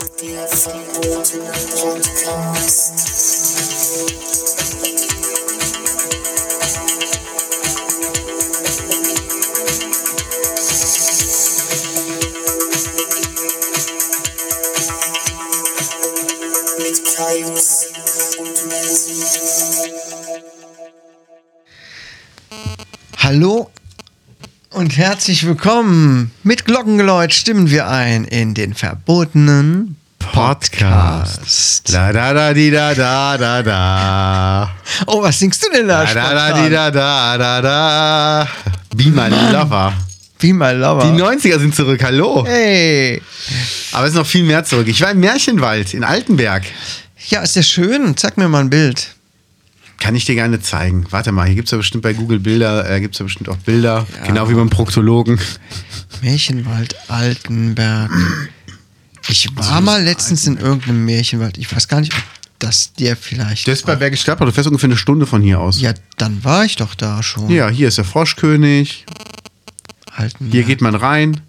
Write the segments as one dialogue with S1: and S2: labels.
S1: Podcast.
S2: Hallo und herzlich willkommen. Mit Glockengeläut stimmen wir ein in den verbotenen Podcast.
S3: Da da da di da da da da.
S2: Oh, was singst du denn da?
S3: Da da da
S2: spontan?
S3: di da da da da. Be my lover.
S2: Be my lover.
S3: Die 90er sind zurück, hallo.
S2: hey.
S3: Aber es ist noch viel mehr zurück. Ich war im Märchenwald in Altenberg.
S2: Ja, ist ja schön. Zeig mir mal ein Bild.
S3: Kann ich dir gerne zeigen. Warte mal, hier gibt es ja bestimmt bei Google Bilder, äh, gibt es ja bestimmt auch Bilder. Genau wie beim Proktologen.
S2: Märchenwald Altenberg. Ich war mal letztens in irgendeinem Märchenwald. Ich weiß gar nicht, ob das der vielleicht.
S3: Das ist bei
S2: war.
S3: Bergisch Gladbach, du fährst ungefähr eine Stunde von hier aus.
S2: Ja, dann war ich doch da schon.
S3: Ja, hier ist der Froschkönig.
S2: Altenberg.
S3: Hier geht man rein.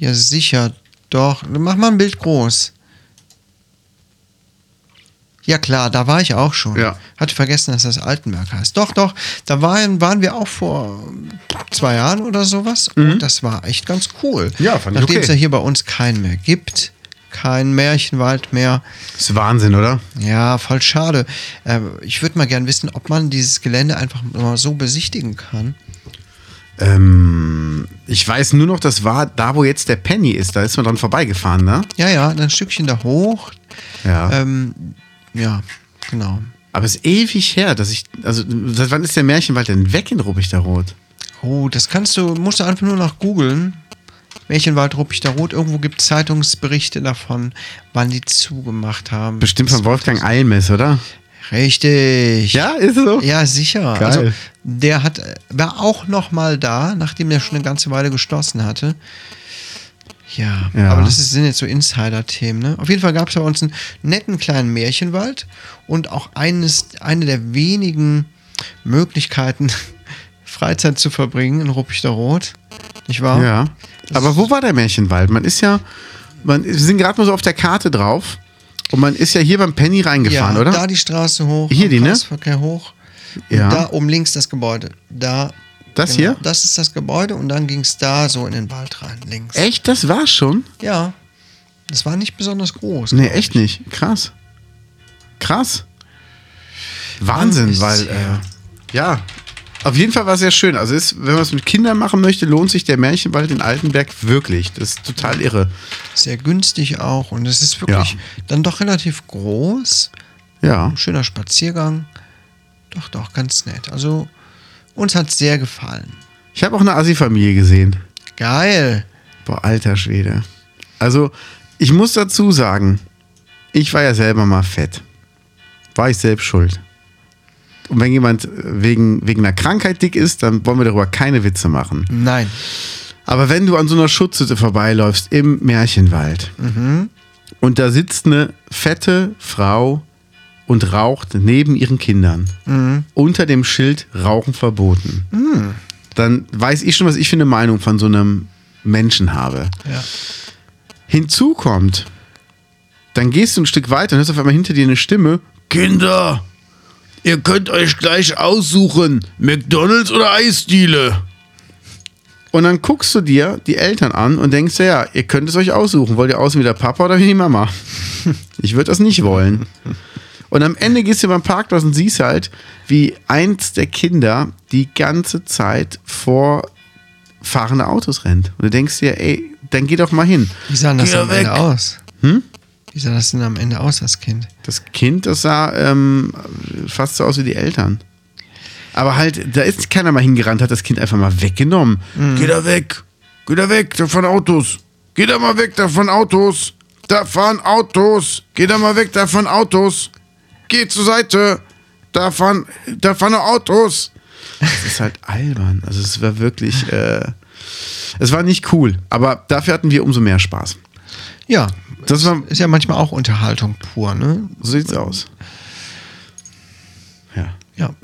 S2: Ja, sicher. Doch. Mach mal ein Bild groß. Ja, klar, da war ich auch schon.
S3: Ja.
S2: Hatte vergessen, dass das Altenberg heißt. Doch, doch. Da waren, waren wir auch vor zwei Jahren oder sowas. Und das war echt ganz cool.
S3: Mhm. Ja, fand ich
S2: Nachdem es
S3: okay.
S2: ja hier bei uns keinen mehr gibt. Kein Märchenwald mehr.
S3: Ist Wahnsinn, oder?
S2: Ja, voll schade. Ähm, ich würde mal gern wissen, ob man dieses Gelände einfach mal so besichtigen kann.
S3: Ähm, ich weiß nur noch, das war da, wo jetzt der Penny ist. Da ist man dran vorbeigefahren, ne?
S2: Ja, ja, dann ein Stückchen da hoch.
S3: Ja.
S2: Ähm, ja, genau.
S3: Aber es ist ewig her, dass ich. Also, seit wann ist der Märchenwald denn weg in Rot?
S2: Oh, das kannst du, musst du einfach nur nach googeln. Märchenwald Ruppichter Rot. Irgendwo gibt es Zeitungsberichte davon, wann die zugemacht haben.
S3: Bestimmt von Wolfgang Almes, oder?
S2: Richtig.
S3: Ja, ist so.
S2: Ja, sicher.
S3: Geil.
S2: Also, der hat, war auch noch mal da, nachdem der schon eine ganze Weile geschlossen hatte. Ja,
S3: Ja.
S2: aber das ist, sind jetzt so Insider-Themen. Ne? Auf jeden Fall gab es bei uns einen netten kleinen Märchenwald und auch eines, eine der wenigen Möglichkeiten, Freizeit zu verbringen in Ruppichter Rot. Nicht wahr?
S3: Ja. Aber wo war der Märchenwald? Man ist ja. Man, wir sind gerade mal so auf der Karte drauf. Und man ist ja hier beim Penny reingefahren,
S2: ja,
S3: oder?
S2: Da die Straße hoch.
S3: Hier
S2: am
S3: die, ne?
S2: Kreisverkehr hoch.
S3: Ja.
S2: Und da oben links das Gebäude. Da. genau,
S3: Das hier?
S2: Das ist das Gebäude und dann ging es da so in den Wald rein, links.
S3: Echt? Das war schon?
S2: Ja. Das war nicht besonders groß.
S3: Nee,
S2: glaub
S3: echt
S2: ich.
S3: nicht. Krass. Krass. Wahnsinn,
S2: Mann,
S3: weil
S2: ist her.
S3: äh, ja, auf jeden Fall war es sehr schön. Also ist, wenn man es mit Kindern machen möchte, lohnt sich der Märchenwald in Altenberg wirklich. Das ist total irre.
S2: Sehr günstig auch und es ist wirklich
S3: Ja.
S2: dann doch relativ groß.
S3: Ja,
S2: Ein schöner Spaziergang. Doch, doch, ganz nett. Also uns hat sehr gefallen.
S3: ich habe auch eine Assi-Familie gesehen.
S2: Geil.
S3: Boah, alter Schwede. Also ich muss dazu sagen, ich war ja selber mal fett. War ich selbst schuld. Und wenn jemand äh, wegen, wegen einer Krankheit dick ist, dann wollen wir darüber keine Witze machen.
S2: Nein.
S3: Aber wenn du an so einer Schutzhütte vorbeiläufst im Märchenwald und da sitzt eine fette Frau und raucht neben ihren Kindern unter dem Schild Rauchen verboten, dann weiß ich schon, was ich für eine Meinung von so einem Menschen habe.
S2: Ja.
S3: Hinzu kommt, dann gehst du ein Stück weiter und hörst auf einmal hinter dir eine Stimme: Kinder, ihr könnt euch gleich aussuchen, McDonalds oder Eisdiele. Und dann guckst du dir die Eltern an und denkst, dir, ja, ihr könnt es euch aussuchen. Wollt ihr außen wie der Papa oder wie die Mama? Ich würde das nicht wollen. Und am Ende gehst du über den Parkplatz und siehst halt, wie eins der Kinder die ganze Zeit vor fahrende Autos rennt. Und du denkst dir, ey, dann geh doch mal hin.
S2: Wie sah das
S3: Geh
S2: am
S3: weg. Hm?
S2: Ende aus? Wie sah das denn am Ende aus, das Kind?
S3: Das Kind, das sah ähm, fast so aus wie die Eltern. Aber halt, da ist keiner mal hingerannt, hat das Kind einfach mal weggenommen. Geh da weg! Geh da weg da von Autos! Geh da mal weg da von Autos! Da fahren Autos! Geh da mal weg da von Autos! Geh zur Seite! Da fahren, da fahren noch Autos! Das ist halt albern. Also es war wirklich, äh, es war nicht cool. Aber dafür hatten wir umso mehr Spaß.
S2: Ja.
S3: Das war,
S2: Ist ja manchmal auch Unterhaltung pur, ne?
S3: so sieht's aus. Ja.
S2: Ja.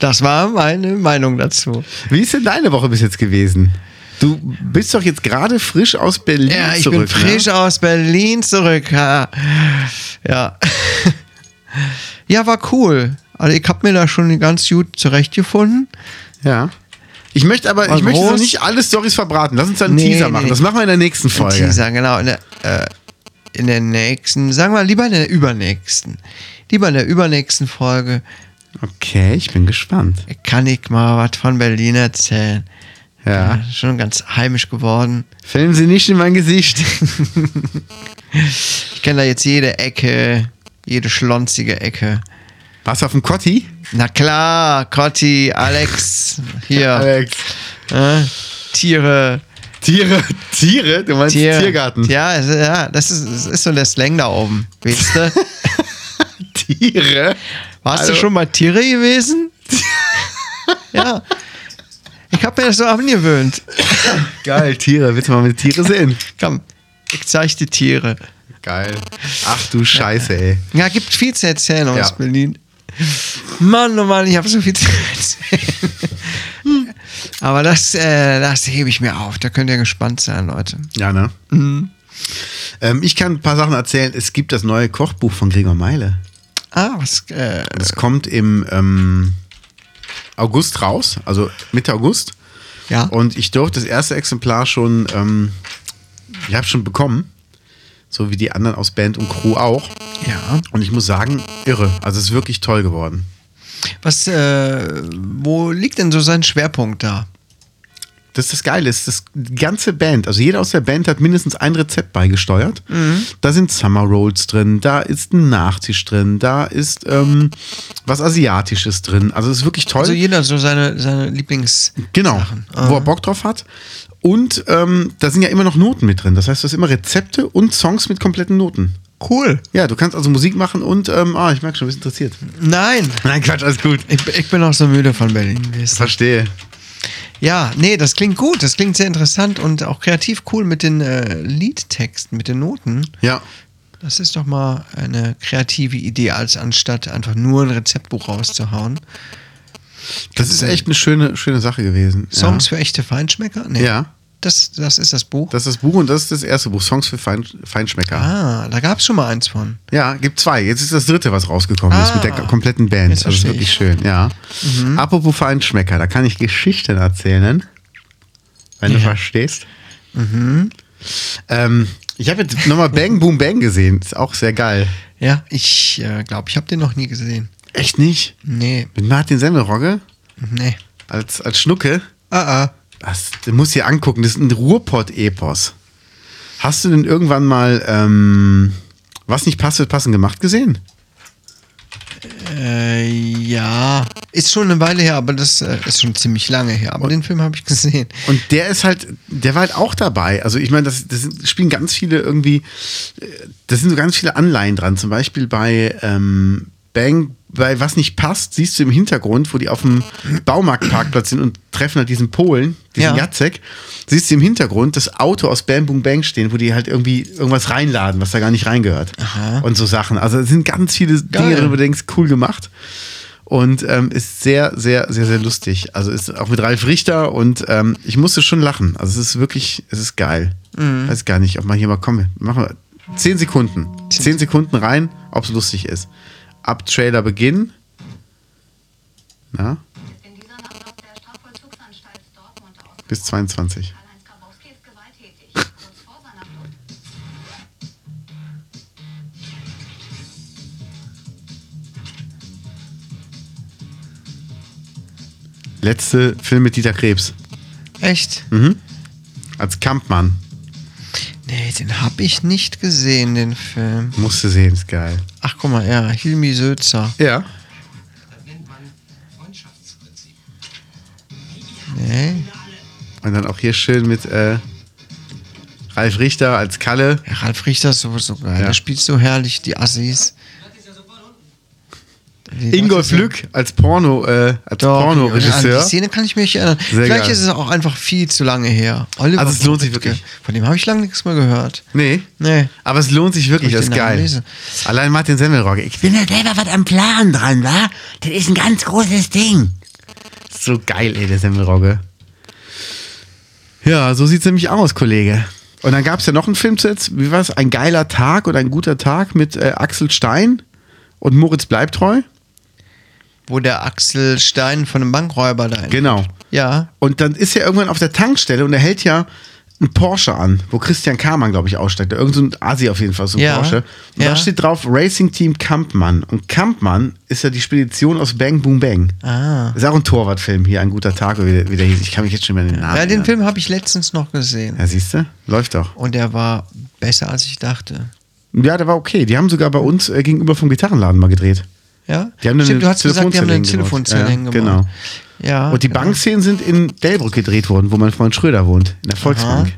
S2: das war meine Meinung dazu.
S3: Wie ist denn deine Woche bis jetzt gewesen? Du bist doch jetzt gerade frisch aus Berlin
S2: Ja, ich
S3: zurück.
S2: bin frisch
S3: ne?
S2: aus Berlin zurück. Ja. Ja. ja, war cool. Also ich habe mir da schon ganz gut zurechtgefunden.
S3: Ja. Ich möchte aber,
S2: Mal
S3: ich möchte
S2: groß.
S3: jetzt nicht alle Stories verbraten. Lass uns da einen
S2: Nee,
S3: Teaser machen.
S2: nee.
S3: Das machen wir in der nächsten Folge.
S2: Teaser, genau. In der, äh, in der nächsten, sagen wir lieber in der übernächsten. Lieber in der übernächsten Folge
S3: Okay, ich bin gespannt.
S2: kann ich mal was von Berlin erzählen.
S3: Ja.
S2: schon ganz heimisch geworden.
S3: Filmen Sie nicht in mein Gesicht.
S2: Ich kenne da jetzt jede Ecke, jede schlonzige Ecke.
S3: Was auf dem Kotti?
S2: Na klar, Cotti, Alex, hier,
S3: Alex.
S2: äh, Tiere,
S3: Tiere, Tiere? Du meinst
S2: Tiere.
S3: Tiergarten?
S2: Ja, es- ja das, ist, das ist so der Slang da oben, weißt du?
S3: Tiere?
S2: Warst
S3: Hallo.
S2: du schon mal Tiere gewesen? ja. Ich habe mir das so angewöhnt.
S3: Geil, Tiere. Willst du mal mit Tiere sehen?
S2: Komm, ich zeig dir Tiere.
S3: Geil. Ach du Scheiße, ey.
S2: Ja, gibt viel zu erzählen aus
S3: Ja.
S2: Berlin. Mann, oh Mann, ich habe so viel zu erzählen. Aber das, äh, das hebe ich mir auf. Da könnt ihr gespannt sein, Leute.
S3: Ja, ne? Ähm, ich kann ein paar Sachen erzählen. Es gibt das neue Kochbuch von Gregor Meile.
S2: Ah, was? Äh,
S3: Das kommt im ähm, August raus, also Mitte August.
S2: ja.
S3: Und ich durfte das erste Exemplar schon, ähm, ich habe schon bekommen. So wie die anderen aus Band und Crew auch.
S2: ja.
S3: Und ich muss sagen, irre. Also es ist wirklich toll geworden.
S2: Was, äh, wo liegt denn so sein Schwerpunkt da?
S3: Das ist das Geile, ist das die ganze Band, also jeder aus der Band hat mindestens ein Rezept beigesteuert. Da sind Summer Rolls drin, da ist ein Nachtisch drin, da ist ähm, was Asiatisches drin. Also es ist wirklich toll.
S2: Also jeder so seine, seine Lieblings.
S3: Genau,
S2: Sachen.
S3: wo er Bock drauf hat. Und ähm, da sind ja immer noch Noten mit drin. Das heißt, du hast immer Rezepte und Songs mit kompletten Noten.
S2: Cool.
S3: Ja, du kannst also Musik machen und, ähm, ah, ich merke schon, du bist interessiert.
S2: Nein.
S3: Nein, Quatsch, also alles gut.
S2: Ich, ich bin auch so müde von Berlin. wisst ihr.
S3: Verstehe.
S2: Ja, nee, das klingt gut. Das klingt sehr interessant und auch kreativ cool mit den äh, Liedtexten, mit den Noten.
S3: Ja.
S2: Das ist doch mal eine kreative Idee, als anstatt einfach nur ein Rezeptbuch rauszuhauen.
S3: Das ist echt eine schöne, schöne Sache gewesen.
S2: Songs für echte Feinschmecker?
S3: Ja.
S2: Nee.
S3: ja.
S2: Das, das ist das Buch.
S3: Das ist das Buch und das ist das erste Buch, Songs für Fein, Feinschmecker.
S2: ah, da gab es schon mal eins von.
S3: Ja, gibt zwei. Jetzt ist das dritte, was rausgekommen ist
S2: Ah.
S3: mit der k- kompletten Band.
S2: Jetzt
S3: das ist
S2: verstehe Mhm.
S3: wirklich schön, ja. Apropos Feinschmecker, da kann ich Geschichten erzählen, wenn du
S2: Ja. Mhm.
S3: verstehst. Ähm, ich habe jetzt nochmal Bang Boom Bang gesehen. Ist auch sehr geil.
S2: Ja, ich äh, glaube, ich habe den noch nie gesehen.
S3: Echt nicht?
S2: Nee,
S3: Mit Martin Semmelrogge
S2: nee.
S3: als, als Schnucke.
S2: Ah, ah.
S3: Das, du musst dir angucken, das ist ein Ruhrpott-Epos. Hast du denn irgendwann mal ähm, was nicht passt, wird passend gemacht gesehen?
S2: Äh, ja. Ist schon eine Weile her, aber das äh, ist schon ziemlich lange her. Aber den Film habe ich gesehen.
S3: Und der ist halt, der war halt auch dabei. Also ich meine, das, das sind- spielen ganz viele irgendwie, äh, das sind so ganz viele Anleihen dran. Zum Beispiel bei ähm, Bang, bei Was nicht passt, siehst du im Hintergrund, wo die auf dem Baumarktparkplatz sind und treffen halt diesen Polen, diesen
S2: Ja.
S3: Jacek, siehst du im Hintergrund das Auto aus Bam Boom Bang stehen, wo die halt irgendwie irgendwas reinladen, was da gar nicht reingehört. Und so Sachen. Also es sind ganz viele Dinge
S2: Geil.
S3: drin, wo du denkst, cool gemacht und ähm, ist sehr, sehr, sehr, sehr lustig. Also ist auch mit Ralf Richter und ähm, ich musste schon lachen. Also es ist wirklich, es ist geil. Weiß gar nicht, ob man hier mal komme. Machen wir zehn Sekunden. Zehn Sekunden rein, ob es lustig ist. Ab Trailer Beginn. Na,
S1: In dieser Nacht auf der Strafvollzugsanstalt Dortmund aus
S3: bis 22.
S1: Karl-Heinz Grabowski ist gewalttätig. Kurz vor seiner Flucht
S3: Letzte Film mit Dieter Krebs.
S2: Echt?
S3: Mhm. Als Kampfmann.
S2: Nee, den habe ich nicht gesehen, den Film.
S3: Musste sehen, ist geil.
S2: Ach, guck mal, ja. Hilmi Sözer.
S3: Ja.
S2: Nee.
S3: Und dann auch hier schön mit äh, Ralf Richter als Kalle.
S2: Ja, Ralf Richter ist sowieso geil.
S3: Ja.
S2: Der spielt so herrlich, die Assis. Die
S3: Ingolf
S2: Leute sind-
S3: Lück als Porno, äh, als
S2: Doch, An
S3: Pornoregisseur.
S2: die Szene kann ich mich erinnern.
S3: Sehr
S2: Vielleicht
S3: geil.
S2: ist es auch einfach viel zu lange her. Oliver
S3: Also es lohnt sich
S2: Powittke.
S3: wirklich.
S2: Von dem habe ich lange nichts mehr gehört.
S3: Nee.
S2: Nee.
S3: Aber es lohnt sich wirklich,
S2: Hab
S3: das
S2: ich
S3: ist
S2: den Namen
S3: geil.
S2: gelesen?
S3: Allein Martin Semmelrogge. Ich bin ja selber was am Plan dran, wa? Das ist ein ganz großes Ding. So geil, ey, der Semmelrogge. Ja, so sieht's nämlich aus, Kollege. Und dann gab's ja noch einen Film zuletzt, wie war's? Ein geiler Tag oder ein guter Tag mit äh, Axel Stein und Moritz Bleibtreu.
S2: Wo der Axel Stein von einem Bankräuber da
S3: Genau.
S2: Ja,
S3: Und dann ist er irgendwann auf der Tankstelle und er hält ja einen Porsche an, wo Christian Kamann, glaube ich, aussteigt. Irgend so ein Asi auf jeden Fall, so ein
S2: Ja.
S3: Porsche. Und
S2: Ja.
S3: da steht drauf Racing Team Kampmann. Und Kampmann ist ja die Spedition aus Bang Boom Bang.
S2: Ah.
S3: Ist auch ein Torwartfilm hier, ein guter Tag, wie der, wie der hieß. Ich kann mich jetzt schon mehr an den Namen
S2: ja den
S3: erinnern.
S2: Film habe ich letztens noch gesehen.
S3: Ah, Ja, siehst du? Läuft doch.
S2: Und der war besser, als ich dachte.
S3: Ja, der war okay. Die haben sogar bei uns äh, gegenüber vom Gitarrenladen mal gedreht.
S2: Ja?
S3: Die haben dann
S2: Stimmt,
S3: eine
S2: du hast gesagt, die haben eine
S3: Telefonzelle
S2: Telefonzelle
S3: hingebaut. Ja,
S2: hingebaut. Ja,
S3: und die
S2: genau.
S3: Bankszenen sind in Delbrück gedreht worden, wo mein Freund Schröder wohnt. In der Volksbank,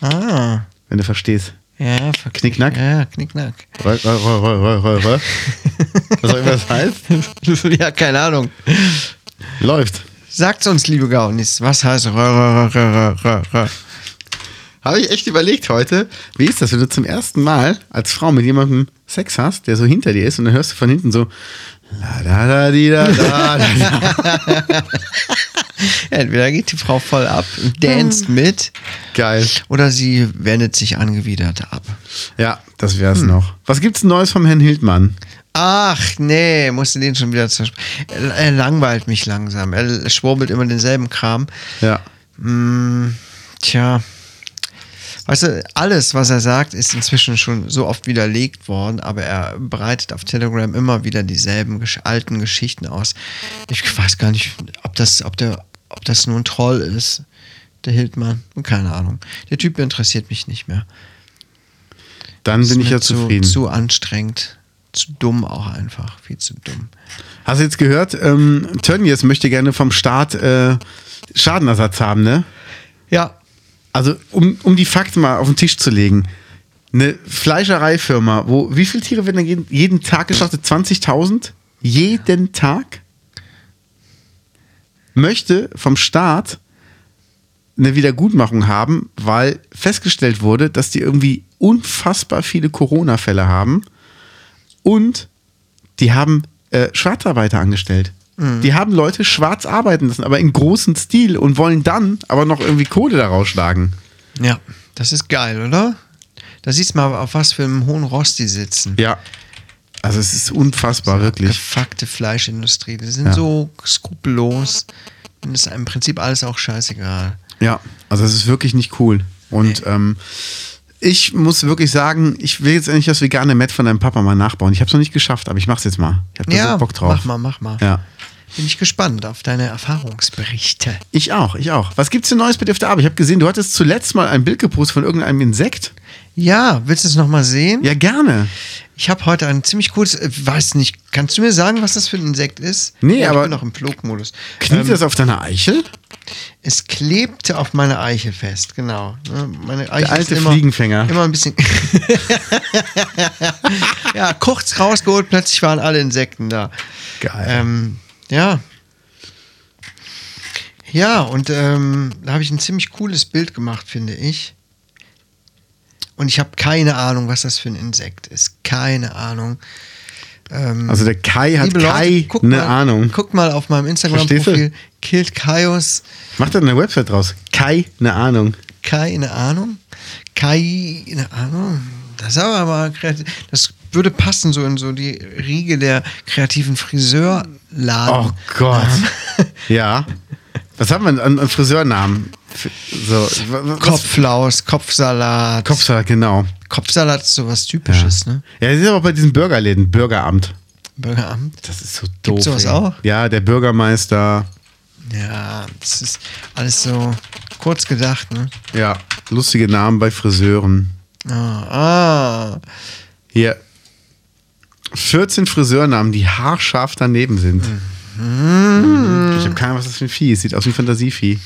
S2: Ah,
S3: wenn du verstehst.
S2: ja. ver-
S3: Knickknack?
S2: Ja, knickknack.
S3: Roll, roll, roll, roll, roll, roll. Was auch immer das heißt.
S2: ja, keine Ahnung.
S3: Läuft.
S2: Sagt uns, liebe Gaunis, was heißt Rö, Rö, Rö, Rö, Rö, Rö?
S3: Habe ich echt überlegt heute, wie ist das, wenn du zum ersten Mal als Frau mit jemandem Sex hast, der so hinter dir ist und dann hörst du von hinten so la da da di da da da. di.
S2: Entweder geht die Frau voll ab und danst mit
S3: Geil.
S2: oder sie wendet sich angewidert ab.
S3: Ja, das wär's
S2: Hm.
S3: noch. Was gibt's Neues vom Herrn Hildmann?
S2: Ach nee, musste den schon wieder zur er, er langweilt mich langsam. Er schwurbelt immer denselben Kram.
S3: Ja.
S2: Mm, tja. Weißt du, alles, was er sagt, ist inzwischen schon so oft widerlegt worden, aber er breitet auf Telegram immer wieder dieselben gesch alten Geschichten aus. Ich weiß gar nicht, ob das, ob der, ob das nur ein Troll ist. Der Hildmann, keine Ahnung. Der Typ interessiert mich nicht mehr.
S3: Dann bin
S2: Ist
S3: ich
S2: mir
S3: ja zufrieden.
S2: Zu, zu anstrengend, zu dumm auch einfach, viel zu dumm.
S3: Hast du jetzt gehört, ähm, Tönnies möchte gerne vom Staat äh, Schadenersatz haben, ne?
S2: Ja,
S3: Also, um, um die Fakten mal auf den Tisch zu legen. Eine Fleischereifirma, wo wie viele Tiere werden da jeden, jeden Tag geschlachtet? 20.000? Jeden Tag? Möchte vom Staat eine Wiedergutmachung haben, weil festgestellt wurde, dass die irgendwie unfassbar viele Corona-Fälle haben und die haben äh, Schwarzarbeiter angestellt. Die haben Leute schwarz arbeiten lassen, aber in großem Stil und wollen dann aber noch irgendwie Kohle daraus schlagen.
S2: ja, das ist geil, oder? Da siehst du mal, auf was für einem hohen Rost die sitzen.
S3: Ja. Also es ist unfassbar, wirklich.
S2: Gefuckte Fleischindustrie, die sind
S3: Ja.
S2: so skrupellos. Dann ist im Prinzip alles auch scheißegal.
S3: Ja, also es ist wirklich nicht cool. Und ähm, ich muss wirklich sagen, ich will jetzt endlich das vegane Met von deinem Papa mal nachbauen. Ich habe es noch nicht geschafft, aber ich mach's jetzt mal. Ich habe da
S2: ja,
S3: so Bock drauf.
S2: mach mal, mach mal.
S3: Ja.
S2: Bin ich gespannt auf deine Erfahrungsberichte.
S3: Ich auch, ich auch. Was gibt's denn Neues bei dir auf der Arbeit? Ich habe gesehen, du hattest zuletzt mal ein Bild gepostet von irgendeinem Insekt.
S2: Ja, willst du es nochmal sehen?
S3: Ja, gerne.
S2: Ich habe heute ein ziemlich cooles, äh, weiß nicht, kannst du mir sagen, was das für ein Insekt ist?
S3: Nee,
S2: ja,
S3: aber-
S2: Ich bin noch im Flugmodus. Ähm,
S3: Kniet das auf deiner Eichel?
S2: Es klebte auf meiner Eiche fest, genau. Ne, Meine Eiche
S3: Der alte
S2: ist immer,
S3: Fliegenfänger.
S2: Immer ein bisschen. ja, kurz rausgeholt, plötzlich waren alle Insekten da.
S3: Geil.
S2: Ähm, ja. Ja, und ähm, da habe ich ein ziemlich cooles Bild gemacht, finde ich. Und ich habe keine Ahnung, was das für ein Insekt ist. Keine Ahnung. Ähm,
S3: Also der Kai hat
S2: liebe
S3: Kai
S2: guckt
S3: eine
S2: mal,
S3: Ahnung.
S2: Guckt mal auf meinem Instagram-Profil.
S3: Verstehst
S2: Killed Kaios.
S3: Macht da eine Website draus. Kai eine Ahnung.
S2: Keine Ahnung. Keine Ahnung. Das ist aber mal kreativ. Das würde passen so in so die Riege der kreativen Friseurladen.
S3: Oh Gott.
S2: ähm,
S3: ja. Was haben wir an, an Friseurnamen? F- So, was-
S2: Kopflaus, Kopfsalat.
S3: Kopfsalat, genau.
S2: Kopfsalat ist sowas typisches, ne?
S3: Ja, das ist aber auch bei diesen Bürgerläden, Bürgeramt.
S2: Bürgeramt.
S3: Das ist so doof.
S2: sowas auch?
S3: Ja, der Bürgermeister.
S2: Ja, das ist alles so kurz gedacht, ne?
S3: Ja, lustige Namen bei Friseuren.
S2: Ah, ah.
S3: Hier. 14 Friseurnamen, die haarscharf daneben sind.
S2: Mhm.
S3: Ich habe keine Ahnung, was das für ein Vieh ist. Sieht aus wie ein Fantasievieh.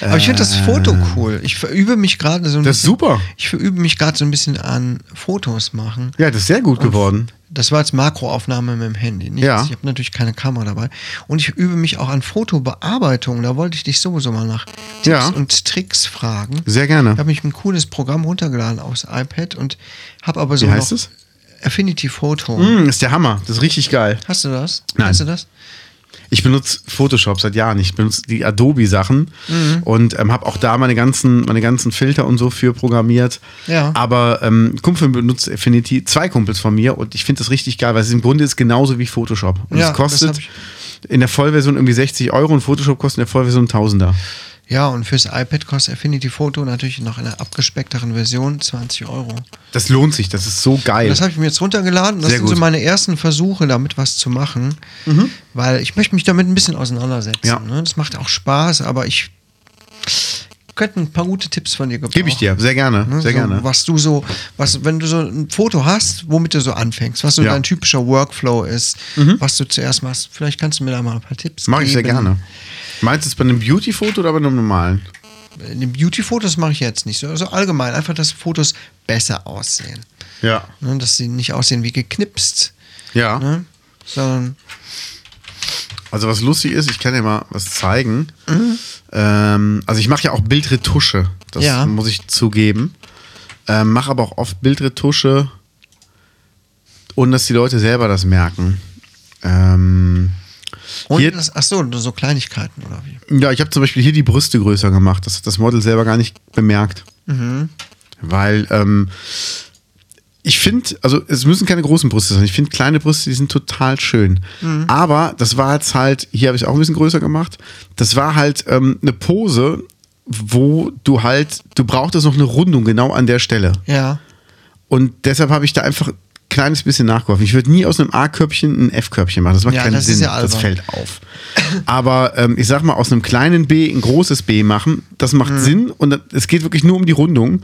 S2: Aber ich finde das Foto cool. Ich verübe mich gerade so ein
S3: Äh. Das ist
S2: bisschen.
S3: super.
S2: Ich verübe mich gerade so ein bisschen an Fotos machen.
S3: Ja, das ist sehr gut geworden.
S2: Das war jetzt Makroaufnahme mit dem Handy. Nicht? Also
S3: Ja.
S2: Ich habe natürlich keine Kamera dabei. Und ich übe mich auch an Fotobearbeitung. Da wollte ich dich sowieso mal nach Tipps
S3: Ja.
S2: und Tricks fragen.
S3: Sehr
S2: Ich
S3: gerne.
S2: habe mich ein cooles Programm runtergeladen aufs iPad und habe aber so
S3: Wie heißt
S2: noch
S3: es?
S2: Affinity Photo.
S3: Hm, Mm, ist der Hammer. Das ist richtig geil.
S2: Hast du das?
S3: Nein.
S2: Hast du das?
S3: ich benutze Photoshop seit Jahren. Ich benutze die Adobe-Sachen
S2: Mhm.
S3: und ähm, habe auch da meine ganzen, meine ganzen Filter und so für programmiert.
S2: Ja.
S3: Aber ähm, Kumpel benutzt Affinity, zwei Kumpels von mir und ich finde das richtig geil, weil es im Grunde ist genauso wie Photoshop. Und
S2: Ja, das
S3: es
S2: hab
S3: kostet
S2: ich-
S3: in der Vollversion irgendwie 60 Euro und Photoshop kostet in der Vollversion 1000er.
S2: Ja, und fürs iPad kostet Affinity Photo natürlich noch in einer abgespeckteren Version 20 Euro.
S3: Das lohnt sich, das ist so geil.
S2: Das habe ich mir jetzt runtergeladen. Das
S3: Sehr
S2: sind so
S3: gut. Mhm.
S2: meine ersten Versuche, damit was zu machen. Weil ich möchte mich damit ein bisschen auseinandersetzen.
S3: Ja.
S2: Ne? Das macht auch Spaß, aber ich könnte ein paar gute Tipps von dir gebrauchen.
S3: Gebe ich dir, sehr gerne,
S2: Ne?
S3: sehr
S2: so,
S3: gerne.
S2: Was du so, was, wenn du so ein Foto hast, womit du so anfängst, was so
S3: Ja.
S2: dein typischer Workflow ist, was du zuerst machst. Vielleicht kannst du mir da mal ein paar Tipps
S3: Mache ich
S2: geben.
S3: sehr gerne. Meinst du es bei einem Beauty-Foto oder bei einem normalen?
S2: Äh, Die Beauty-Fotos mache ich jetzt nicht so. Also allgemein, einfach, dass Fotos besser aussehen.
S3: Ja.
S2: Ne? Dass sie nicht aussehen wie geknipst,
S3: Ja.
S2: ne? sondern
S3: Also was lustig ist, ich kann dir mal was zeigen. Ähm, also ich mache ja auch Bildretusche. Das
S2: Ja.
S3: muss ich zugeben. Ähm, mache aber auch oft Bildretusche, ohne dass die Leute selber das merken. Ähm,
S2: Und
S3: Hier-
S2: das, ach so, so Kleinigkeiten oder wie?
S3: ja, ich habe zum Beispiel hier die Brüste größer gemacht. Das hat das Model selber gar nicht bemerkt. Weil ähm, ich finde, also es müssen keine großen Brüste sein. Ich finde kleine Brüste, die sind total schön. Aber das war jetzt halt, hier habe ich auch ein bisschen größer gemacht. Das war halt ähm, eine Pose, wo du halt, du brauchtest noch eine Rundung genau an der Stelle.
S2: Ja.
S3: Und deshalb habe ich da einfach ein kleines bisschen nachgeholfen. Ich würde nie aus einem A-Körbchen ein F-Körbchen machen. Das macht
S2: Ja,
S3: keinen
S2: das ist
S3: Sinn.
S2: ja
S3: das
S2: albern.
S3: fällt auf. Aber ähm, ich sag mal, aus einem kleinen B ein großes B machen, das macht
S2: Mhm.
S3: Sinn. Und das- es geht wirklich nur um die Rundung.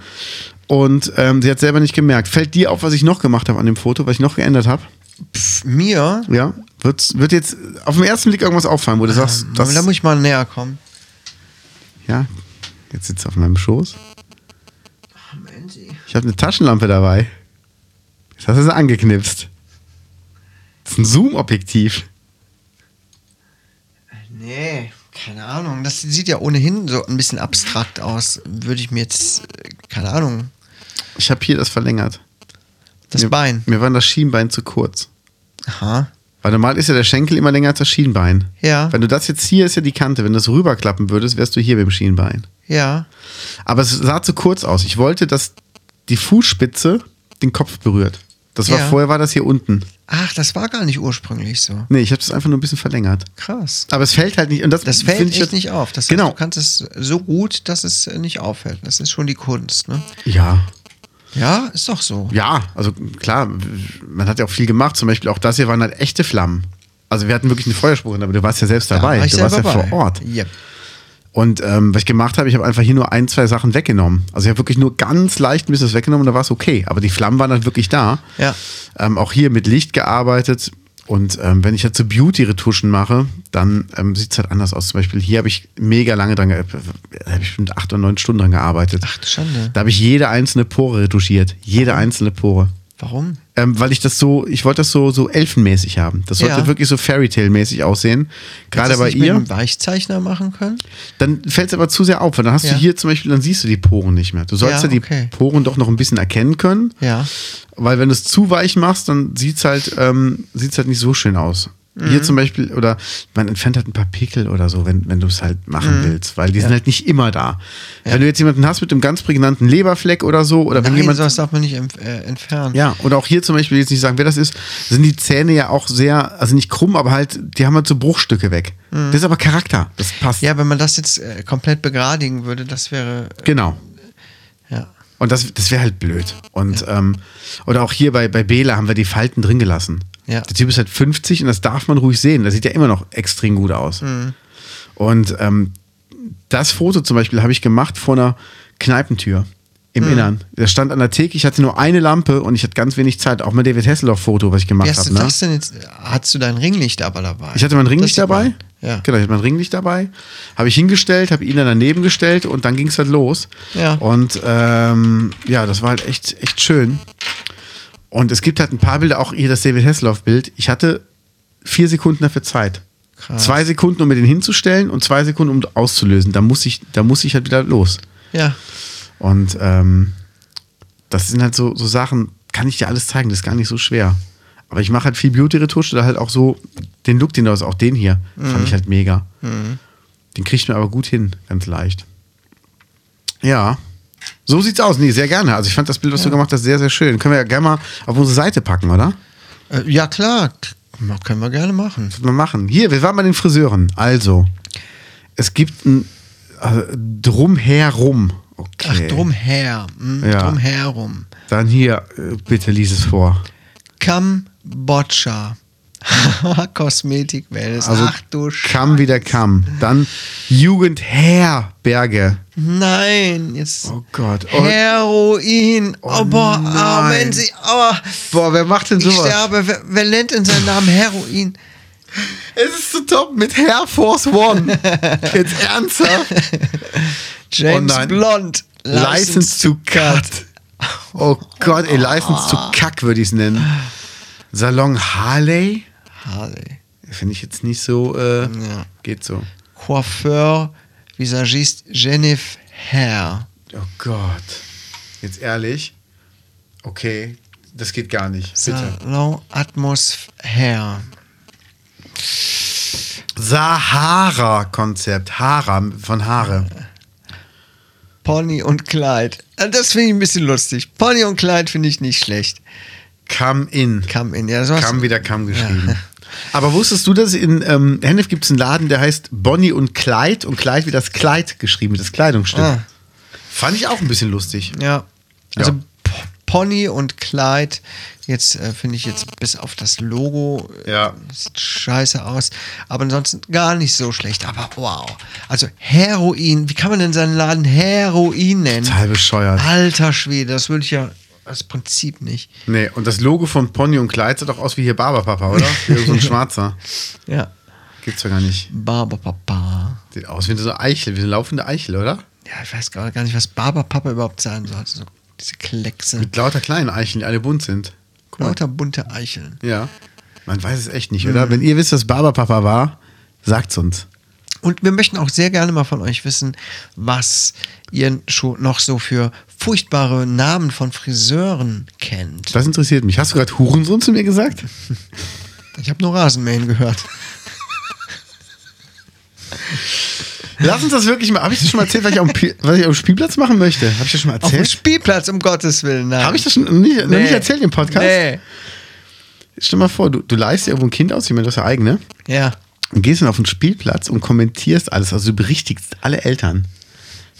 S3: Und ähm, sie hat selber nicht gemerkt. Fällt dir auf, was ich noch gemacht habe an dem Foto, was ich noch geändert habe?
S2: Pff, mir,
S3: Ja? Wird, wird jetzt auf den ersten Blick irgendwas auffallen, wo du sagst,
S2: das
S3: das,
S2: Ähm, da muss ich mal näher kommen.
S3: ja, jetzt sitzt er auf meinem Schoß.
S2: Mandy.
S3: Ich habe eine Taschenlampe dabei. Jetzt hast du sie angeknipst. Das ist ein Zoom-Objektiv.
S2: Nee, keine Ahnung. Das sieht ja ohnehin so ein bisschen abstrakt aus. Würde ich mir jetzt, äh, keine Ahnung,
S3: Ich habe hier das verlängert.
S2: das
S3: mir,
S2: Bein.
S3: Mir war das Schienbein zu kurz.
S2: Aha.
S3: Weil normal ist ja der Schenkel immer länger als das Schienbein.
S2: Ja.
S3: Wenn du das jetzt hier ist ja die Kante. Wenn du das rüberklappen würdest, wärst du hier beim Schienbein.
S2: Ja.
S3: Aber es sah zu kurz aus. Ich wollte, dass die Fußspitze den Kopf berührt. Das war
S2: Ja.
S3: vorher war das hier unten.
S2: Ach, das war gar nicht ursprünglich so.
S3: Nee, ich habe das einfach nur ein bisschen verlängert.
S2: Krass.
S3: Aber es fällt halt nicht. Und das,
S2: Das fällt
S3: find
S2: echt
S3: jetzt-
S2: nicht auf. Das heißt,
S3: genau.
S2: Du kannst es so gut, dass es äh, nicht auffällt. Das ist schon die Kunst, ne?
S3: ja.
S2: Ja, ist doch so.
S3: Ja, also klar, man hat ja auch viel gemacht. Zum Beispiel auch das hier waren halt echte Flammen. Also wir hatten wirklich eine Feuerspur, aber du warst ja selbst dabei.
S2: war ich
S3: du warst ja
S2: selber bei.
S3: vor Ort.
S2: Yep.
S3: Und ähm, was ich gemacht habe, ich habe einfach hier nur ein, zwei Sachen weggenommen. Also ich habe wirklich nur ganz leicht ein bisschen was weggenommen und da war es okay. Aber die Flammen waren halt wirklich da.
S2: Ja.
S3: Ähm, auch hier mit Licht gearbeitet. Und ähm, wenn ich jetzt so Beauty-Retuschen mache, dann ähm, sieht es halt anders aus. Zum Beispiel hier habe ich mega lange dran gearbeitet. Da habe ich bestimmt acht oder neun Stunden dran gearbeitet.
S2: Ach, du Schande.
S3: Da habe ich jede einzelne Pore retuschiert. Jede einzelne Pore.
S2: Warum?
S3: Ähm, weil ich das so, ich wollte das so, so elfenmäßig haben. Das sollte
S2: Ja.
S3: wirklich so Fairytale-mäßig aussehen.
S2: Kannst
S3: Gerade
S2: du
S3: bei
S2: das nicht
S3: ihr.
S2: Mit einem Weichzeichner machen können?
S3: Dann fällt es aber zu sehr auf, weil dann hast
S2: Ja.
S3: du hier zum Beispiel, dann siehst du die Poren nicht mehr. Du sollst
S2: Ja,
S3: ja, die
S2: okay.
S3: Poren doch noch ein bisschen erkennen können.
S2: Ja.
S3: Weil wenn du es zu weich machst, dann sieht es halt, ähm, sieht's halt nicht so schön aus.
S2: Mhm.
S3: Hier zum Beispiel, oder man entfernt halt ein paar Pickel oder so, wenn, wenn du es halt machen
S2: Mhm.
S3: willst, weil die sind halt nicht immer da. Wenn du jetzt jemanden hast mit einem ganz prägnanten Leberfleck oder so, oder wenn
S2: Nein,
S3: jemand
S2: sowas darf man nicht entf- äh, entfernen.
S3: ja, und auch hier zum Beispiel, jetzt nicht sagen, wer das ist, sind die Zähne ja auch sehr, also nicht krumm, aber halt, die haben halt so Bruchstücke weg. Das ist aber Charakter, das passt.
S2: Mhm. Ja, wenn man das jetzt äh, komplett begradigen würde, das wäre.
S3: Genau.
S2: Äh, ja.
S3: Und das, das wäre halt blöd. Und ähm, oder auch hier bei, bei Bela haben wir die Falten drin gelassen.
S2: Ja.
S3: Der Typ ist halt 50 und das darf man ruhig sehen. Das sieht ja immer noch extrem gut aus.
S2: Mhm.
S3: Und ähm, das Foto zum Beispiel habe ich gemacht vor einer Kneipentür
S2: Mhm.
S3: im Innern. Der stand an der Theke, ich hatte nur eine Lampe und ich hatte ganz wenig Zeit. Auch mein David Hasselhoff-Foto, was ich
S2: Wie
S3: gemacht
S2: hast
S3: habe.
S2: du
S3: Ne?
S2: das denn jetzt? Hast du dein Ringlicht aber dabei?
S3: Ich hatte mein
S2: Das
S3: Ringlicht
S2: sieht
S3: dabei.
S2: man. Ja.
S3: Genau, ich hatte mein Ringlicht dabei. Habe ich hingestellt, habe ihn dann daneben gestellt und dann ging es halt los.
S2: Ja.
S3: Und ähm, ja, das war halt echt, echt schön. Und es gibt halt ein paar Bilder, auch hier das David Hasselhoff-Bild. Ich hatte vier Sekunden dafür Zeit.
S2: Krass.
S3: Zwei Sekunden, um mir den hinzustellen und zwei Sekunden, um auszulösen. Da muss ich, da muss ich halt wieder los.
S2: Ja.
S3: Und ähm, das sind halt so, so Sachen, kann ich dir alles zeigen, das ist gar nicht so schwer. Aber ich mache halt viel Beauty-Retusche, da halt auch so Den Look, den du hast, auch den hier, fand ich halt mega. Den kriegt man aber gut hin, ganz leicht. Ja. So sieht's aus. Nee, sehr gerne. Also ich fand das Bild, was du gemacht hast, sehr, sehr schön. Können wir ja gerne mal auf unsere Seite packen, oder?
S2: Äh, ja, klar. K- Können wir gerne machen.
S3: Was wir machen. Hier, wir waren bei den Friseuren. Also, es gibt ein also, drumherum. Okay.
S2: Ach, drumher. Hm,
S3: Ja.
S2: Drumherum.
S3: Dann hier, äh, bitte lies es vor.
S2: Kambodscha. Kosmetik Wellness.
S3: Also,
S2: Ach du Sch
S3: Kamm wieder Kamm. Dann Jugendherberge.
S2: Nein, jetzt.
S3: Oh Gott. Oh,
S2: Heroin. Oh, boah, ah,
S3: nein.
S2: wenn sie. Aua.
S3: boah, wer macht denn
S2: ich
S3: sowas?
S2: sterbe. Wer, wer nennt in seinem Namen Heroin?
S3: Es ist zu top mit Air Force One. Jetzt ernsthaft.
S2: James
S3: Oh nein.
S2: Blond.
S3: License to Cut. Ah. Oh Gott, ey, License to Kack würde ich es nennen. Salon Harley?
S2: Harley.
S3: Finde ich jetzt nicht so. Äh,
S2: Ja.
S3: Geht so.
S2: Coiffeur, Visagist Jennifer Herr.
S3: Oh Gott. Jetzt ehrlich. Okay, das geht gar nicht. Bitte.
S2: Salon Atmos Herr.
S3: Sahara-Konzept. Hara von Haare.
S2: Pony und Kleid. Äh, Das finde ich ein bisschen lustig. Pony und Kleid finde ich nicht schlecht.
S3: Come in.
S2: Come in. Ja, sowas.
S3: Kam wieder Kam geschrieben. Aber wusstest du, dass in ähm, Hennef gibt es einen Laden, der heißt Bonnie und Kleid und Kleid wie das Kleid geschrieben, das Kleidungsstück.
S2: Ah.
S3: Fand ich auch ein bisschen lustig.
S2: Ja. Also
S3: Ja.
S2: P- Pony und Kleid. Jetzt äh, finde ich jetzt bis auf das Logo äh,
S3: Ja.
S2: sieht scheiße aus. Aber ansonsten gar nicht so schlecht. Aber wow. Also Heroin. Wie kann man denn seinen Laden Heroin nennen?
S3: Total bescheuert.
S2: Alter Schwede, das würde ich ja als Prinzip nicht.
S3: Nee, und das Logo von Pony und Kleid sah doch aus wie hier Barberpapa, oder? Wie so ein schwarzer.
S2: Ja.
S3: Gibt's ja gar nicht.
S2: Barberpapa.
S3: Sieht aus wie so eine Eichel, wie eine laufende Eichel, oder?
S2: Ja, ich weiß gar gar nicht, was Barberpapa überhaupt sein soll. So, diese Kleckse.
S3: Mit lauter kleinen Eicheln, die alle bunt sind.
S2: Lauter bunte Eicheln.
S3: Ja. Man weiß es echt nicht, oder? Wenn ihr wisst, was Barberpapa war, sagt's uns.
S2: Und wir möchten auch sehr gerne mal von euch wissen, was ihr schon noch so für furchtbare Namen von Friseuren kennt.
S3: Das interessiert mich. Hast du gerade Hurensohn zu mir gesagt?
S2: Ich habe nur Rasenmähen gehört.
S3: Lass uns das wirklich mal. Habe ich das schon mal erzählt, was ich auf dem, Pi- was ich auf dem Spielplatz machen möchte? Habe ich das schon mal
S2: Auf dem
S3: erzählt?
S2: Spielplatz, um Gottes Willen. nein.
S3: Habe ich das schon nicht, noch
S2: Nee.
S3: nicht erzählt im Podcast?
S2: Nee.
S3: Stell mal vor, du, du leihst dir irgendwo ein Kind aus, ich meine, du hast ja eigene,
S2: Ja.
S3: und gehst dann auf den Spielplatz und kommentierst alles. Also du berichtigst alle Eltern.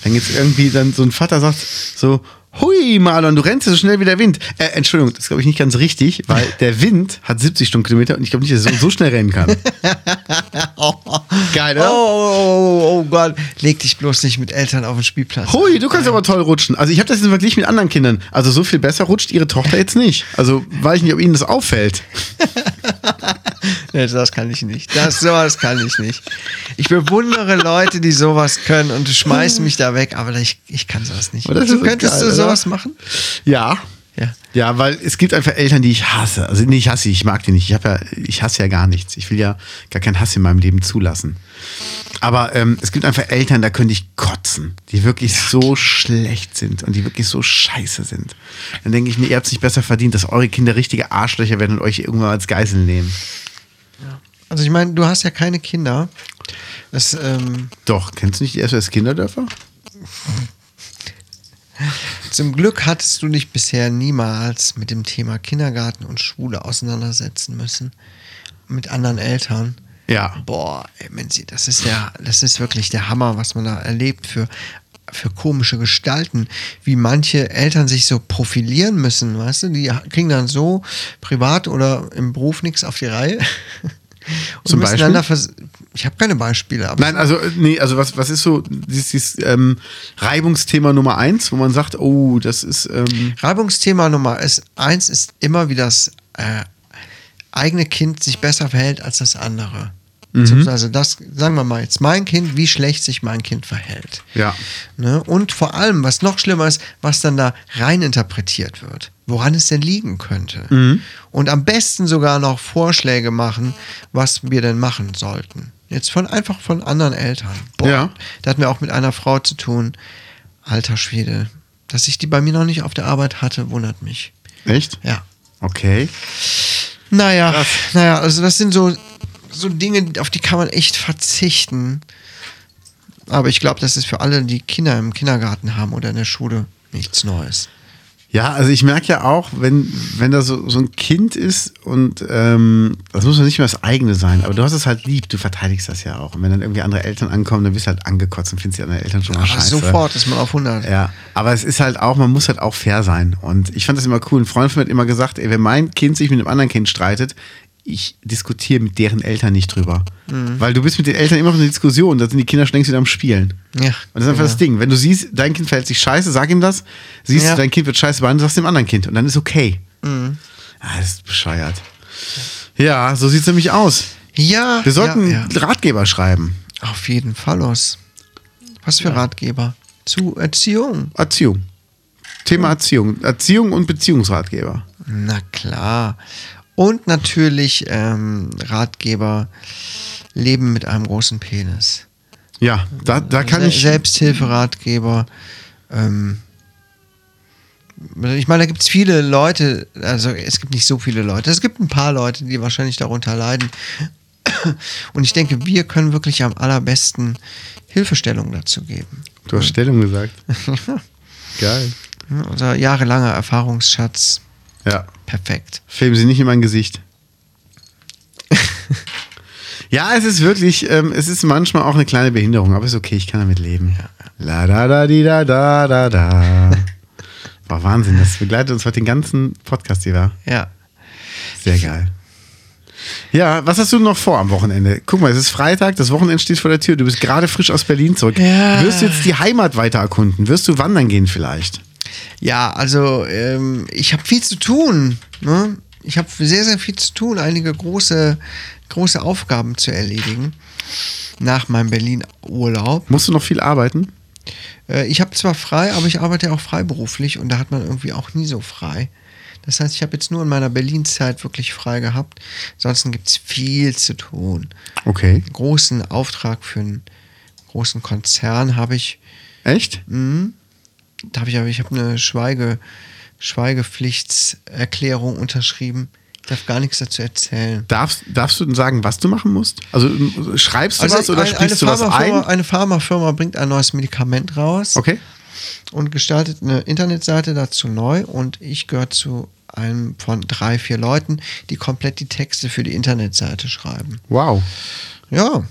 S3: Dann geht's irgendwie, dann so ein Vater sagt so, hui Marlon, du rennst ja so schnell wie der Wind. Äh, Entschuldigung, das ist glaube ich nicht ganz richtig, weil der Wind hat 70 Stundenkilometer und ich glaube nicht, dass er so, so schnell rennen kann. Geil,
S2: Oh, oh,
S3: oder?
S2: oh, oh Gott. Leg dich bloß nicht mit Eltern auf den Spielplatz.
S3: Hui, du kannst aber toll rutschen. Also ich habe das jetzt verglichen mit anderen Kindern. Also so viel besser rutscht ihre Tochter jetzt nicht. Also weiß ich nicht, ob ihnen das auffällt.
S2: Nee, das kann ich nicht. Das sowas kann ich nicht. Ich bewundere Leute, die sowas können und schmeißen mich da weg, aber ich, ich kann sowas nicht.
S3: Aber das
S2: du
S3: ist
S2: könntest
S3: geil,
S2: du
S3: oder?
S2: sowas machen?
S3: Ja.
S2: Ja.
S3: Ja, weil es gibt einfach Eltern, die ich hasse. Also nee, ich hasse, die, ich mag die nicht. Ich habe ja, ich hasse ja gar nichts. Ich will ja gar keinen Hass in meinem Leben zulassen. Aber ähm, es gibt einfach Eltern, da könnte ich kotzen, die wirklich so schlecht sind und die wirklich so scheiße sind. Dann denke ich mir, ihr habt es nicht besser verdient, dass eure Kinder richtige Arschlöcher werden und euch irgendwann als Geiseln nehmen.
S2: Also ich meine, du hast ja keine Kinder. Das, ähm,
S3: Doch, kennst du nicht die SOS Kinderdörfer?
S2: zum Glück hattest du dich bisher niemals mit dem Thema Kindergarten und Schule auseinandersetzen müssen. Mit anderen Eltern.
S3: Ja.
S2: Boah, ey, Menzi, das ist ja, das ist wirklich der Hammer, was man da erlebt für, für komische Gestalten, wie manche Eltern sich so profilieren müssen, weißt du? Die kriegen dann so privat oder im Beruf nichts auf die Reihe. Und
S3: Zum
S2: müssen
S3: Beispiel?
S2: dann da vers- ich habe keine Beispiele, aber
S3: Nein, also äh, nee, also was, was ist so dieses, dieses ähm, Reibungsthema Nummer eins, wo man sagt, oh, das ist ähm,
S2: Reibungsthema Nummer ist, eins ist immer, wie das äh, eigene Kind sich besser verhält als das andere. Also das, sagen wir mal jetzt, mein Kind, wie schlecht sich mein Kind verhält.
S3: Ja.
S2: Ne? Und vor allem, was noch schlimmer ist, was dann da rein interpretiert wird, woran es denn liegen könnte. Und am besten sogar noch Vorschläge machen, was wir denn machen sollten. Jetzt von einfach von anderen Eltern. Boah,
S3: Ja.
S2: da hatten wir auch mit einer Frau zu tun. Alter Schwede. Dass ich die bei mir noch nicht auf der Arbeit hatte, wundert mich.
S3: echt?
S2: Ja.
S3: Okay.
S2: Naja, naja, also das sind so so Dinge, auf die kann man echt verzichten. Aber ich glaube, das ist für alle, die Kinder im Kindergarten haben oder in der Schule, nichts Neues.
S3: Ja, also ich merke ja auch, wenn, wenn da so, so ein Kind ist und ähm, das muss ja nicht mehr das eigene sein, aber du hast es halt lieb, du verteidigst das ja auch. Und wenn dann irgendwie andere Eltern ankommen, dann bist du halt angekotzt und findest die anderen Eltern schon mal
S2: Aber
S3: scheiße.
S2: Also sofort ist man auf 100.
S3: Ja, aber es ist halt auch, man muss halt auch fair sein. Und ich fand das immer cool. Ein Freund von mir hat immer gesagt, ey, wenn mein Kind sich mit einem anderen Kind streitet, ich diskutiere mit deren Eltern nicht drüber.
S2: Mhm.
S3: Weil du bist mit den Eltern immer noch in der Diskussion, da sind die Kinder schon längst wieder am Spielen.
S2: Ja,
S3: Und das ist einfach
S2: genau.
S3: das Ding. Wenn du siehst, dein Kind verhält sich scheiße, sag ihm das. Siehst
S2: Ja. Mhm.
S3: du, dein Kind wird scheiße behandelt, sagst dem anderen Kind. Und dann ist okay. Ah, das ist bescheuert. Ja, so sieht's nämlich aus.
S2: Ja,
S3: Wir sollten
S2: ja, ja.
S3: Ratgeber schreiben.
S2: auf jeden Fall los. Was für Ratgeber? Zu Erziehung.
S3: Erziehung. Thema Erziehung. Erziehung und Beziehungsratgeber.
S2: Na klar. Und natürlich ähm, Ratgeber Leben mit einem großen Penis.
S3: Ja, da, da kann
S2: Se-
S3: ich.
S2: Selbsthilferatgeber. Ähm, ich meine, da gibt es viele Leute, also es gibt nicht so viele Leute, es gibt ein paar Leute, die wahrscheinlich darunter leiden. Und ich denke, wir können wirklich am allerbesten Hilfestellung dazu geben.
S3: du hast Stellung gesagt. Geil.
S2: Ja, Unser jahrelanger Erfahrungsschatz,
S3: Ja,
S2: perfekt.
S3: filmen sie nicht in mein Gesicht. ja, es ist wirklich, ähm, es ist manchmal auch eine kleine Behinderung, aber ist okay, ich kann damit leben. La da da di da da da da. War Wahnsinn, das begleitet uns heute den ganzen Podcast, die war.
S2: Ja.
S3: Sehr geil. Ja, was hast du noch vor am Wochenende? Guck mal, es ist Freitag, das Wochenende steht vor der Tür. Du bist gerade frisch aus Berlin zurück.
S2: Ja.
S3: Wirst du jetzt die Heimat weiter erkunden? Wirst du wandern gehen vielleicht?
S2: Ja, also ähm, ich habe viel zu tun. Ne? Ich habe sehr, sehr viel zu tun, einige große, große Aufgaben zu erledigen nach meinem Berlin-Urlaub.
S3: Musst du noch viel arbeiten?
S2: Äh, ich habe zwar frei, aber ich arbeite ja auch freiberuflich und da hat man irgendwie auch nie so frei. Das heißt, ich habe jetzt nur in meiner Berlin-Zeit wirklich frei gehabt. Ansonsten gibt es viel zu tun.
S3: Okay.
S2: Einen großen Auftrag für einen großen Konzern habe ich
S3: Echt?
S2: Da habe ich aber, ich habe eine Schweige, Schweigepflichtserklärung unterschrieben. Ich darf gar nichts dazu erzählen.
S3: Darfst, darfst du denn sagen, was du machen musst? Also ähm, schreibst du was oder
S2: Also ein-
S3: sprichst du was
S2: Pharmafirma,
S3: ein?
S2: eine Pharmafirma bringt ein neues Medikament raus
S3: Okay.
S2: und gestaltet eine Internetseite dazu neu und ich gehöre zu einem von drei, vier Leuten, die komplett die Texte für die Internetseite schreiben.
S3: Wow.
S2: Ja.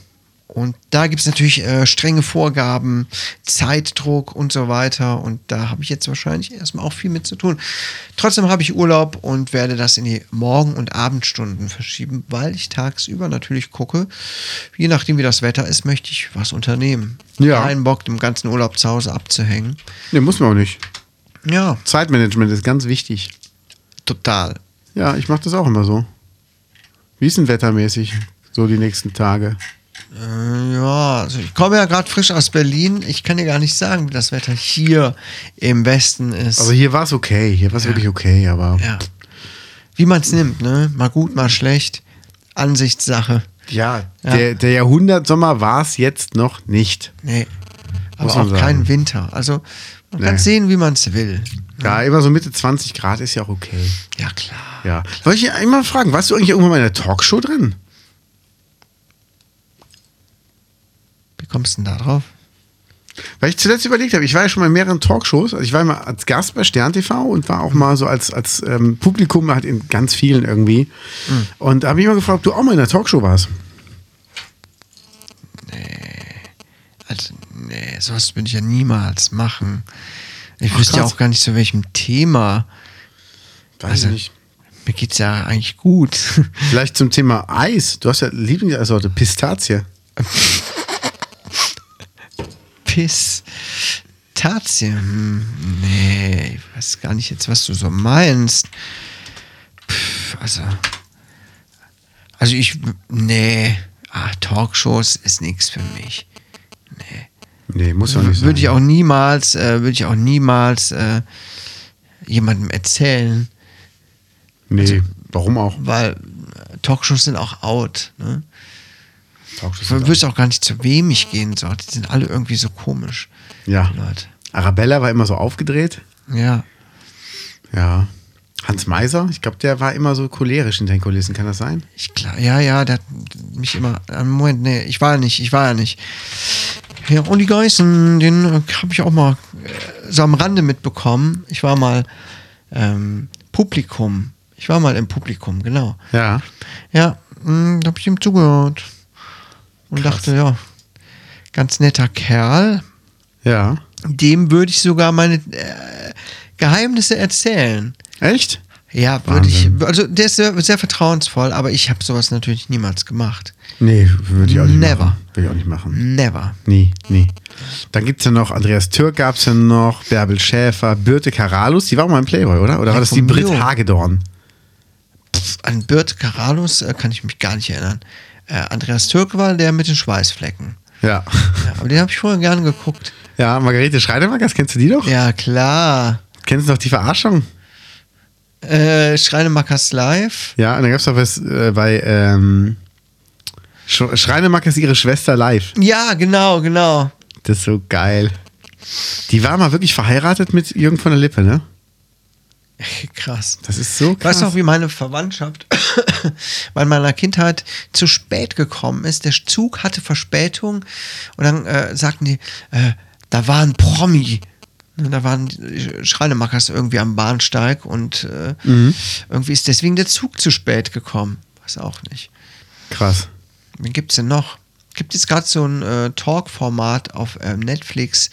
S2: Und da gibt es natürlich äh, strenge Vorgaben, Zeitdruck und so weiter. Und da habe ich jetzt wahrscheinlich erstmal auch viel mit zu tun. Trotzdem habe ich Urlaub und werde das in die Morgen- und Abendstunden verschieben, weil ich tagsüber natürlich gucke, je nachdem wie das Wetter ist, möchte ich was unternehmen.
S3: Ja.
S2: Keinen Bock, dem ganzen Urlaub zu Hause abzuhängen.
S3: Nee, muss man auch nicht.
S2: Ja,
S3: Zeitmanagement ist ganz wichtig.
S2: total.
S3: Ja, ich mache das auch immer so. Wie ist denn wettermäßig so die nächsten Tage?
S2: Äh, Ja, also ich komme ja gerade frisch aus Berlin. Ich kann dir gar nicht sagen, wie das Wetter hier im Westen ist.
S3: Also hier war es okay, hier war es wirklich okay, aber
S2: Ja. Wie man es nimmt, ne? Mal gut, mal schlecht. Ansichtssache.
S3: ja,
S2: Ja.
S3: Der, der Jahrhundertsommer war es jetzt noch nicht.
S2: Nee. Aber
S3: Muss
S2: auch
S3: man sagen.
S2: kein Winter. Also man
S3: Nee.
S2: kann sehen, wie man es will.
S3: Ja, immer so Mitte 20 Grad ist ja auch okay.
S2: Ja, klar.
S3: Ja. Soll ich einmal fragen, warst du eigentlich irgendwann mal in der Talkshow drin?
S2: Wie kommst du denn da drauf?
S3: Weil ich zuletzt überlegt habe, ich war ja schon mal in mehreren Talkshows. Also ich war mal als Gast bei Stern TV und war auch mal so als, als ähm, Publikum halt in ganz vielen irgendwie.
S2: Mhm.
S3: Und da habe ich immer gefragt, ob du auch mal in der Talkshow warst.
S2: Also, nee, sowas würde ich ja niemals machen. Ich wüsste ja
S3: krass.
S2: auch gar nicht, zu welchem Thema.
S3: Weiß
S2: Also-
S3: ich nicht.
S2: Mir geht's ja eigentlich gut.
S3: Vielleicht zum Thema Eis. Du hast ja Lieblingseissorte, Pistazie.
S2: Piss. Tazie. Hm, nee, ich weiß gar nicht jetzt, was du so meinst. Pff, also. Also ich. Nee. Ah, Talkshows ist nichts für mich.
S3: Nee, muss ja nicht sein.
S2: Würde ich auch niemals, äh, würde ich auch niemals äh, jemandem erzählen, Also
S3: Nee, warum auch?
S2: weil äh, Talkshows sind auch out. Ne?
S3: Talkshows
S2: Ich
S3: sind
S2: wüsste auch gar nicht, zu wem ich gehen sollte. Die sind alle irgendwie so komisch.
S3: Ja.
S2: die Leute.
S3: Arabella war immer so aufgedreht.
S2: Ja.
S3: Ja. Hans Meiser, ich glaube, der war immer so cholerisch in den Kulissen, kann das sein?
S2: Ich glaube, ja, ja, der hat mich immer. ah, Moment, nee, ich war ja nicht, ich war ja nicht. Ja, und die Geißen, den habe ich auch mal äh, so am Rande mitbekommen. Ich war mal ähm, Publikum. Ich war mal im Publikum, genau.
S3: Ja.
S2: Ja, mh, da habe ich ihm zugehört. Und dachte, ja, ganz netter Kerl.
S3: Ja.
S2: Dem würde ich sogar meine äh, Geheimnisse erzählen.
S3: Echt?
S2: Ja, würde ich. Also der ist sehr, sehr vertrauensvoll, aber ich habe sowas natürlich niemals gemacht.
S3: Nee, würde ich auch nicht
S2: Never.
S3: machen. Würde ich auch nicht machen.
S2: Never.
S3: Nee, nee. Dann gibt es ja noch Andreas Türk, gab es ja noch, Bärbel Schäfer, Birte Karalus, die war auch mal im Playboy, oder? Oder war das die
S2: komm,
S3: Brit
S2: jo.
S3: Hagedorn?
S2: Pff, an Bert Caralus äh, kann ich mich gar nicht erinnern. Äh, Andreas Türk war der mit den Schweißflecken.
S3: Ja.
S2: Ja, aber den habe ich vorher gern geguckt.
S3: Ja, Margarete Schreinemakers, kennst du die doch?
S2: Ja, klar.
S3: Kennst du noch die Verarschung?
S2: Äh, Schreinemakers Live.
S3: Ja, und dann gab es doch was äh, bei ähm, Sch Schreinemakers ihre Schwester live.
S2: Ja, genau, genau.
S3: Das ist so geil. Die war mal wirklich verheiratet mit Jürgen von der Lippe, ne?
S2: Krass.
S3: Das ist
S2: Ich
S3: so
S2: weiß
S3: krass.
S2: noch, wie meine Verwandtschaft bei meiner Kindheit zu spät gekommen ist. Der Zug hatte Verspätung und dann äh, sagten die, äh, da war ein Promi. Ne, Da waren die Schreinemakers irgendwie am Bahnsteig und äh, irgendwie ist deswegen der Zug zu spät gekommen. Weiß auch nicht.
S3: krass.
S2: Wen gibt's denn noch? Gibt es gerade so ein äh, Talk-Format auf ähm, Netflix?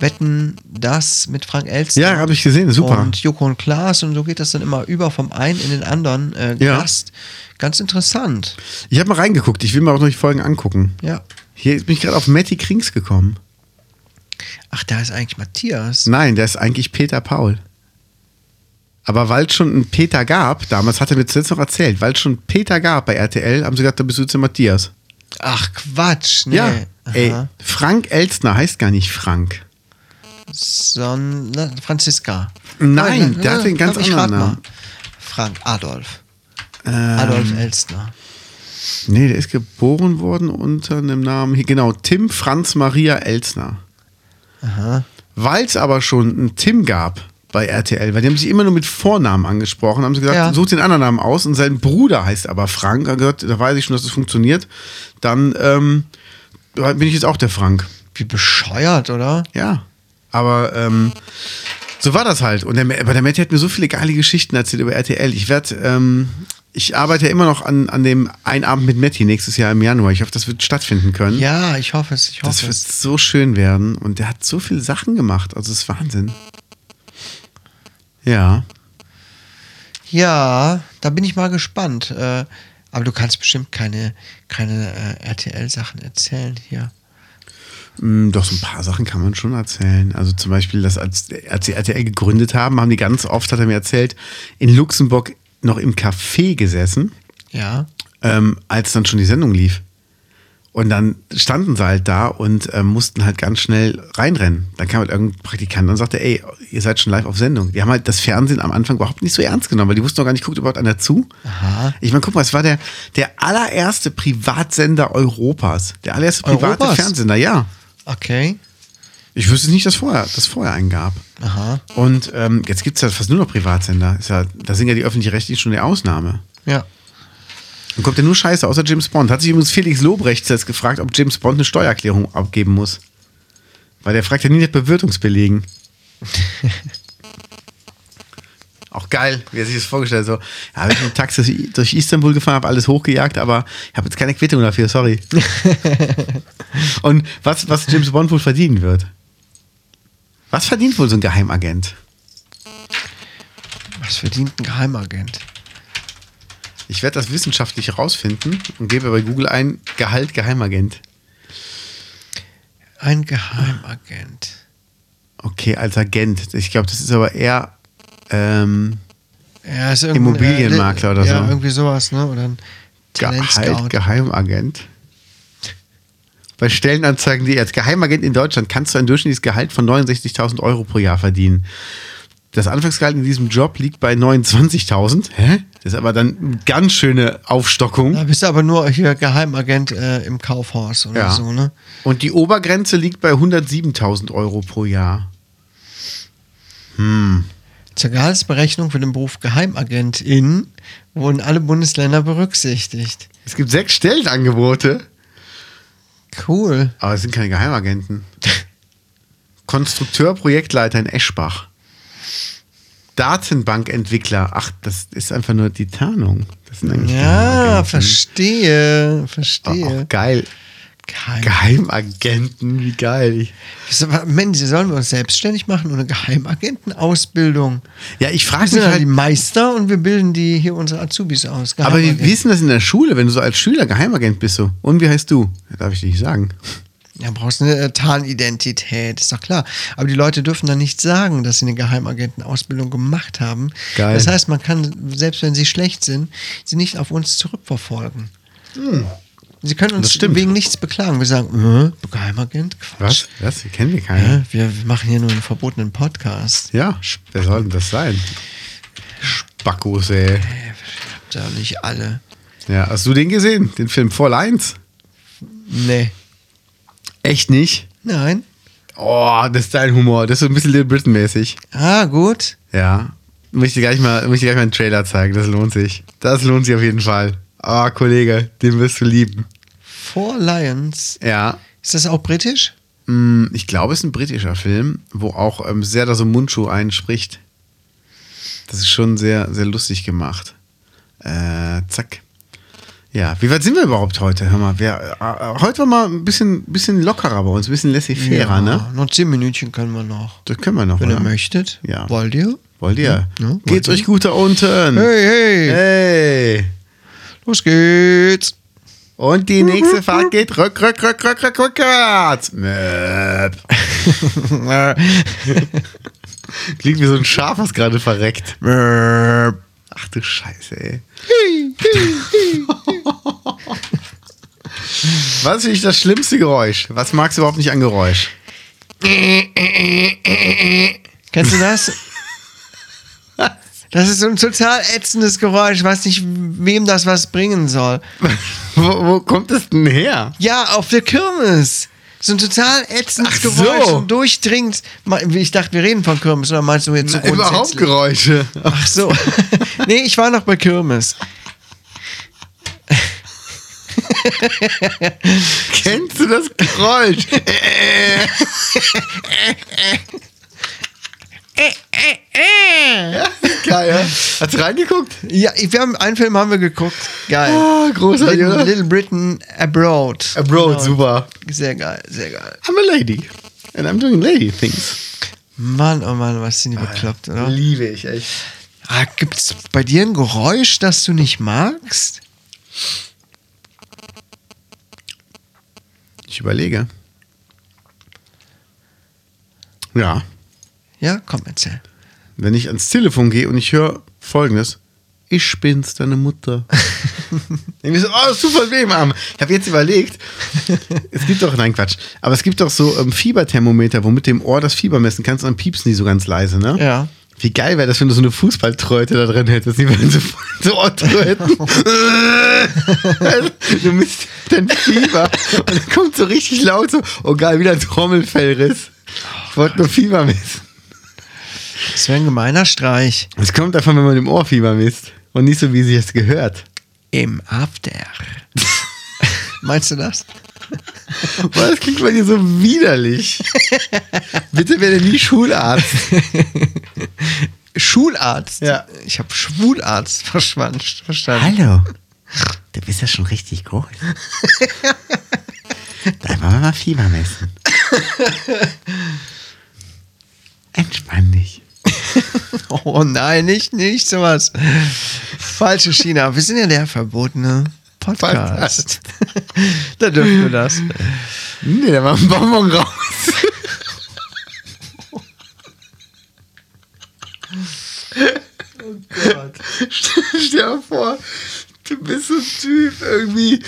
S2: Wetten das mit Frank Elster?
S3: Ja, habe ich gesehen, super.
S2: Und Joko und Klaas und so geht das dann immer über vom einen in den anderen äh,
S3: Ja.
S2: Gast. Ganz interessant.
S3: ich habe mal reingeguckt, ich will mir auch noch die Folgen angucken.
S2: Ja.
S3: Hier bin ich gerade auf Matty Krings gekommen.
S2: Ach, da ist eigentlich Matthias.
S3: Nein, der ist eigentlich Peter Paul. Aber weil es schon einen Peter gab, damals hat er mir zuletzt noch erzählt, weil es schon einen Peter gab bei RTL, haben sie gesagt, da bist du zu Matthias.
S2: Ach, Quatsch. Nee.
S3: Ja, ey,
S2: Aha.
S3: Frank Elstner heißt gar nicht Frank.
S2: Son na, Franziska.
S3: Nein, der hat
S2: äh,
S3: den ganz
S2: ich
S3: anderen
S2: rat mal.
S3: Namen. Ähm.
S2: Frank Adolf. Adolf Elstner.
S3: Nee, der ist geboren worden unter einem Namen, hier, genau, Tim Franz Maria Elstner.
S2: Aha.
S3: Weil es aber schon einen Tim gab bei RTL, weil die haben sich immer nur mit Vornamen angesprochen, haben sie gesagt,
S2: Ja.
S3: such den anderen Namen aus und sein Bruder heißt aber Frank. Hat gesagt, da weiß ich schon, dass das funktioniert. Dann ähm, bin ich jetzt auch der Frank.
S2: Wie bescheuert, oder?
S3: Ja. Aber ähm, so war das halt. Und der, Ma- aber der Matti hat mir so viele geile Geschichten erzählt über RTL. Ich werde, ähm, ich arbeite ja immer noch an, an dem Ein Abend mit Matti nächstes Jahr im Januar. Ich hoffe, das wird stattfinden können.
S2: Ja, ich hoffe es. Ich hoffe
S3: Hm? Das wird
S2: es.
S3: so schön werden. Und der hat so viele Sachen gemacht. Also, das ist Wahnsinn. Ja.
S2: Ja, da bin ich mal gespannt. Äh, aber du kannst bestimmt keine, keine äh, RTL-Sachen erzählen hier.
S3: Mm, Doch, so ein paar Sachen kann man schon erzählen. Also zum Beispiel, dass als, als sie RTL gegründet haben, haben die ganz oft, hat er mir erzählt, in Luxemburg noch im Café gesessen,
S2: Ja.
S3: ähm, als dann schon die Sendung lief. Und dann standen sie halt da und ähm, mussten halt ganz schnell reinrennen. Dann kam halt irgendein Praktikant und sagte, ey, ihr seid schon live auf Sendung. Die haben halt das Fernsehen am Anfang überhaupt nicht so ernst genommen, weil die wussten doch gar nicht, guckt überhaupt einer zu.
S2: Aha.
S3: Ich meine, guck mal, es war der, der allererste Privatsender Europas. Der allererste private
S2: Europas?
S3: Fernsender, ja.
S2: Okay.
S3: Ich wüsste nicht, dass vorher, dass vorher einen gab.
S2: Aha.
S3: Und ähm, jetzt gibt es ja fast nur noch Privatsender. Ist ja, da sind ja die öffentlich-rechtlichen schon die Ausnahme.
S2: Ja.
S3: Dann kommt ja nur Scheiße, außer James Bond. Hat sich übrigens Felix Lobrecht jetzt gefragt, ob James Bond eine Steuererklärung abgeben muss. Weil der fragt ja nie nach Bewirtungsbelegen. Auch geil, wie er sich das vorgestellt hat. So, ja, wenn ich mit dem Taxi durch Istanbul gefahren habe, alles hochgejagt, aber ich habe jetzt keine Quittung dafür, sorry. Und was, was James Bond wohl verdienen wird? Was verdient wohl so ein Geheimagent?
S2: Was verdient ein Geheimagent?
S3: Ich werde das wissenschaftlich herausfinden und gebe bei Google ein Gehalt Geheimagent.
S2: Ein Geheimagent.
S3: Okay, als Agent. Ich glaube, das ist aber eher. Ähm,
S2: Ja, ist irgendein,
S3: Immobilienmakler
S2: äh,
S3: oder
S2: Ja,
S3: so.
S2: irgendwie sowas, ne? Oder ein Talentscout.
S3: Gehalt Geheimagent. Bei Stellenanzeigen, die als Geheimagent in Deutschland kannst du ein durchschnittliches Gehalt von 69.000 Euro pro Jahr verdienen. Das Anfangsgehalt in diesem Job liegt bei 29.000. Hä? Das ist aber dann eine ganz schöne Aufstockung.
S2: Da bist du aber nur hier Geheimagent äh, im Kaufhaus oder
S3: Ja.
S2: so, ne?
S3: Und die Obergrenze liegt bei 107.000 Euro pro Jahr.
S2: Zur Gehaltsberechnung für den Beruf Geheimagentin wurden alle Bundesländer berücksichtigt.
S3: Es gibt sechs Stellenangebote,
S2: Cool.
S3: aber es sind keine Geheimagenten. Konstrukteur, Projektleiter in Eschbach. Datenbankentwickler. Ach, das ist einfach nur die Tarnung. Das sind eigentlich
S2: Ja,
S3: Geheimagenten.
S2: verstehe,
S3: Aber
S2: verstehe.
S3: auch geil.
S2: Geheim.
S3: Geheimagenten, wie geil.
S2: Mensch, sie sollen wir uns selbstständig machen ohne Geheimagentenausbildung.
S3: Ja, ich
S2: Wir
S3: frage
S2: sind
S3: mich
S2: ja die
S3: halt,
S2: Meister und wir bilden die hier unsere Azubis aus.
S3: aber wie,
S2: Geheimagenten.
S3: wie ist denn das in der Schule, wenn du so als Schüler Geheimagent bist? So? Und wie heißt du? Ja, darf ich dir nicht sagen.
S2: Ja, brauchst eine äh, Tarnidentität, ist doch klar. Aber die Leute dürfen dann nicht sagen, dass sie eine Geheimagentenausbildung gemacht haben.
S3: Geil.
S2: Das heißt, man kann, selbst wenn sie schlecht sind, sie nicht auf uns zurückverfolgen. Sie können
S3: Hm. Das
S2: uns
S3: stimmt.
S2: wegen nichts beklagen. Wir sagen, äh, Geheimagent, Quatsch.
S3: Was? Was? Die kennen wir keinen.
S2: Ja, wir machen hier nur einen verbotenen Podcast.
S3: Ja, wer soll denn das sein? Spackos, ey.
S2: Ey, habt ihr nicht alle.
S3: Ja, hast du den gesehen? Den Film Voll 1?
S2: Nee.
S3: Echt nicht?
S2: Nein.
S3: Oh, das ist dein Humor. Das ist so ein bisschen Little Britain-mäßig.
S2: Ah, gut.
S3: Ja. Möchte gleich mal, möchte gleich mal einen Trailer zeigen. Das lohnt sich. Das lohnt sich auf jeden Fall. Ah, Kollege, den wirst du lieben.
S2: Four Lions.
S3: Ja.
S2: Ist das auch britisch?
S3: Mm, Ich glaube, es ist ein britischer Film, wo auch ähm, sehr da so Mundschuh einspricht. Das ist schon sehr, sehr lustig gemacht. Äh, zack. Ja, wie weit sind wir überhaupt heute? Hör mal, wir, äh, äh, heute war mal ein bisschen, bisschen lockerer bei uns, ein bisschen laissez-faire,
S2: ja,
S3: ne?
S2: Noch zehn Minütchen können wir noch.
S3: Das können wir noch,
S2: Wenn
S3: oder?
S2: ihr möchtet.
S3: Ja.
S2: Wollt ihr?
S3: Wollt ihr?
S2: Mhm. Ja, wollt
S3: Geht's
S2: ihr?
S3: euch gut da unten?
S2: Hey, hey,
S3: hey.
S2: los geht's.
S3: Und die nächste Fahrt geht rück, rück, rück, rück, rück, rückwärts. Möp. Klingt wie so ein Schaf, was gerade verreckt. Ach du Scheiße, ey. Was ist für dich das schlimmste Geräusch? Was magst du überhaupt nicht an Geräusch?
S2: Kennst du das? Das ist so ein total ätzendes Geräusch. Ich weiß nicht, wem das was bringen soll.
S3: wo, wo kommt das denn her?
S2: Ja, auf der Kirmes. So ein total ätzendes
S3: Ach so.
S2: Geräusch. Und durchdringt. Ich dachte, wir reden von Kirmes, oder meinst du jetzt so
S3: Überhaupt
S2: grundsätzlich?
S3: Geräusche.
S2: Ach so. nee, ich war noch bei Kirmes.
S3: Kennst du das Geräusch? ja, geil. ja. Hast du reingeguckt?
S2: Ja, ich- wir haben, einen Film haben wir geguckt. Geil.
S3: Ah, großartig,
S2: Little,
S3: oder?
S2: Little Britain Abroad. Genau.
S3: Abroad, Äh, super.
S2: Sehr geil, sehr geil.
S3: I'm a lady. And I'm doing lady things.
S2: Mann, oh Mann, was sind die bekloppt, oder?
S3: Liebe ich, echt.
S2: Ah, gibt's bei dir ein Geräusch, das du nicht magst?
S3: Ich überlege. Ja,
S2: Ja, komm, erzähl.
S3: wenn ich ans Telefon gehe und ich höre folgendes. Ich bin's, deine Mutter. Denke ich so, oh, das tut voll weh im Arm. Ich habe jetzt überlegt, es gibt doch, nein, Quatsch, aber es gibt doch so ähm, Fieberthermometer, womit du im Ohr das Fieber messen kannst und dann piepsen die so ganz leise, ne?
S2: Ja.
S3: Wie geil wäre das, wenn du so eine Fußballtröte da drin hättest, die würden so voll so Ohrtröten. du misst dein Fieber und dann kommt so richtig laut so, oh geil, wieder ein Trommelfellriss. Ich wollte nur Fieber messen.
S2: Das wäre ein gemeiner Streich.
S3: Es kommt davon, wenn man im Ohr Fieber misst und nicht so, wie sich das gehört.
S2: Im After. Meinst du das?
S3: Boah, das klingt bei dir so widerlich. Bitte werde nie Schularzt.
S2: Schularzt.
S3: Ja.
S2: Ich habe Schwularzt verschwanscht. Verstanden.
S3: Hallo. Du bist ja schon richtig groß. Dann wollen wir mal Fieber messen. Entspann dich.
S2: Oh nein, nicht, nicht sowas. Falsche China. Wir sind ja der verbotene Podcast. da dürfen wir das.
S3: Nee, da war ein Bonbon raus. Stell stell dir mal vor, du bist so ein Typ irgendwie.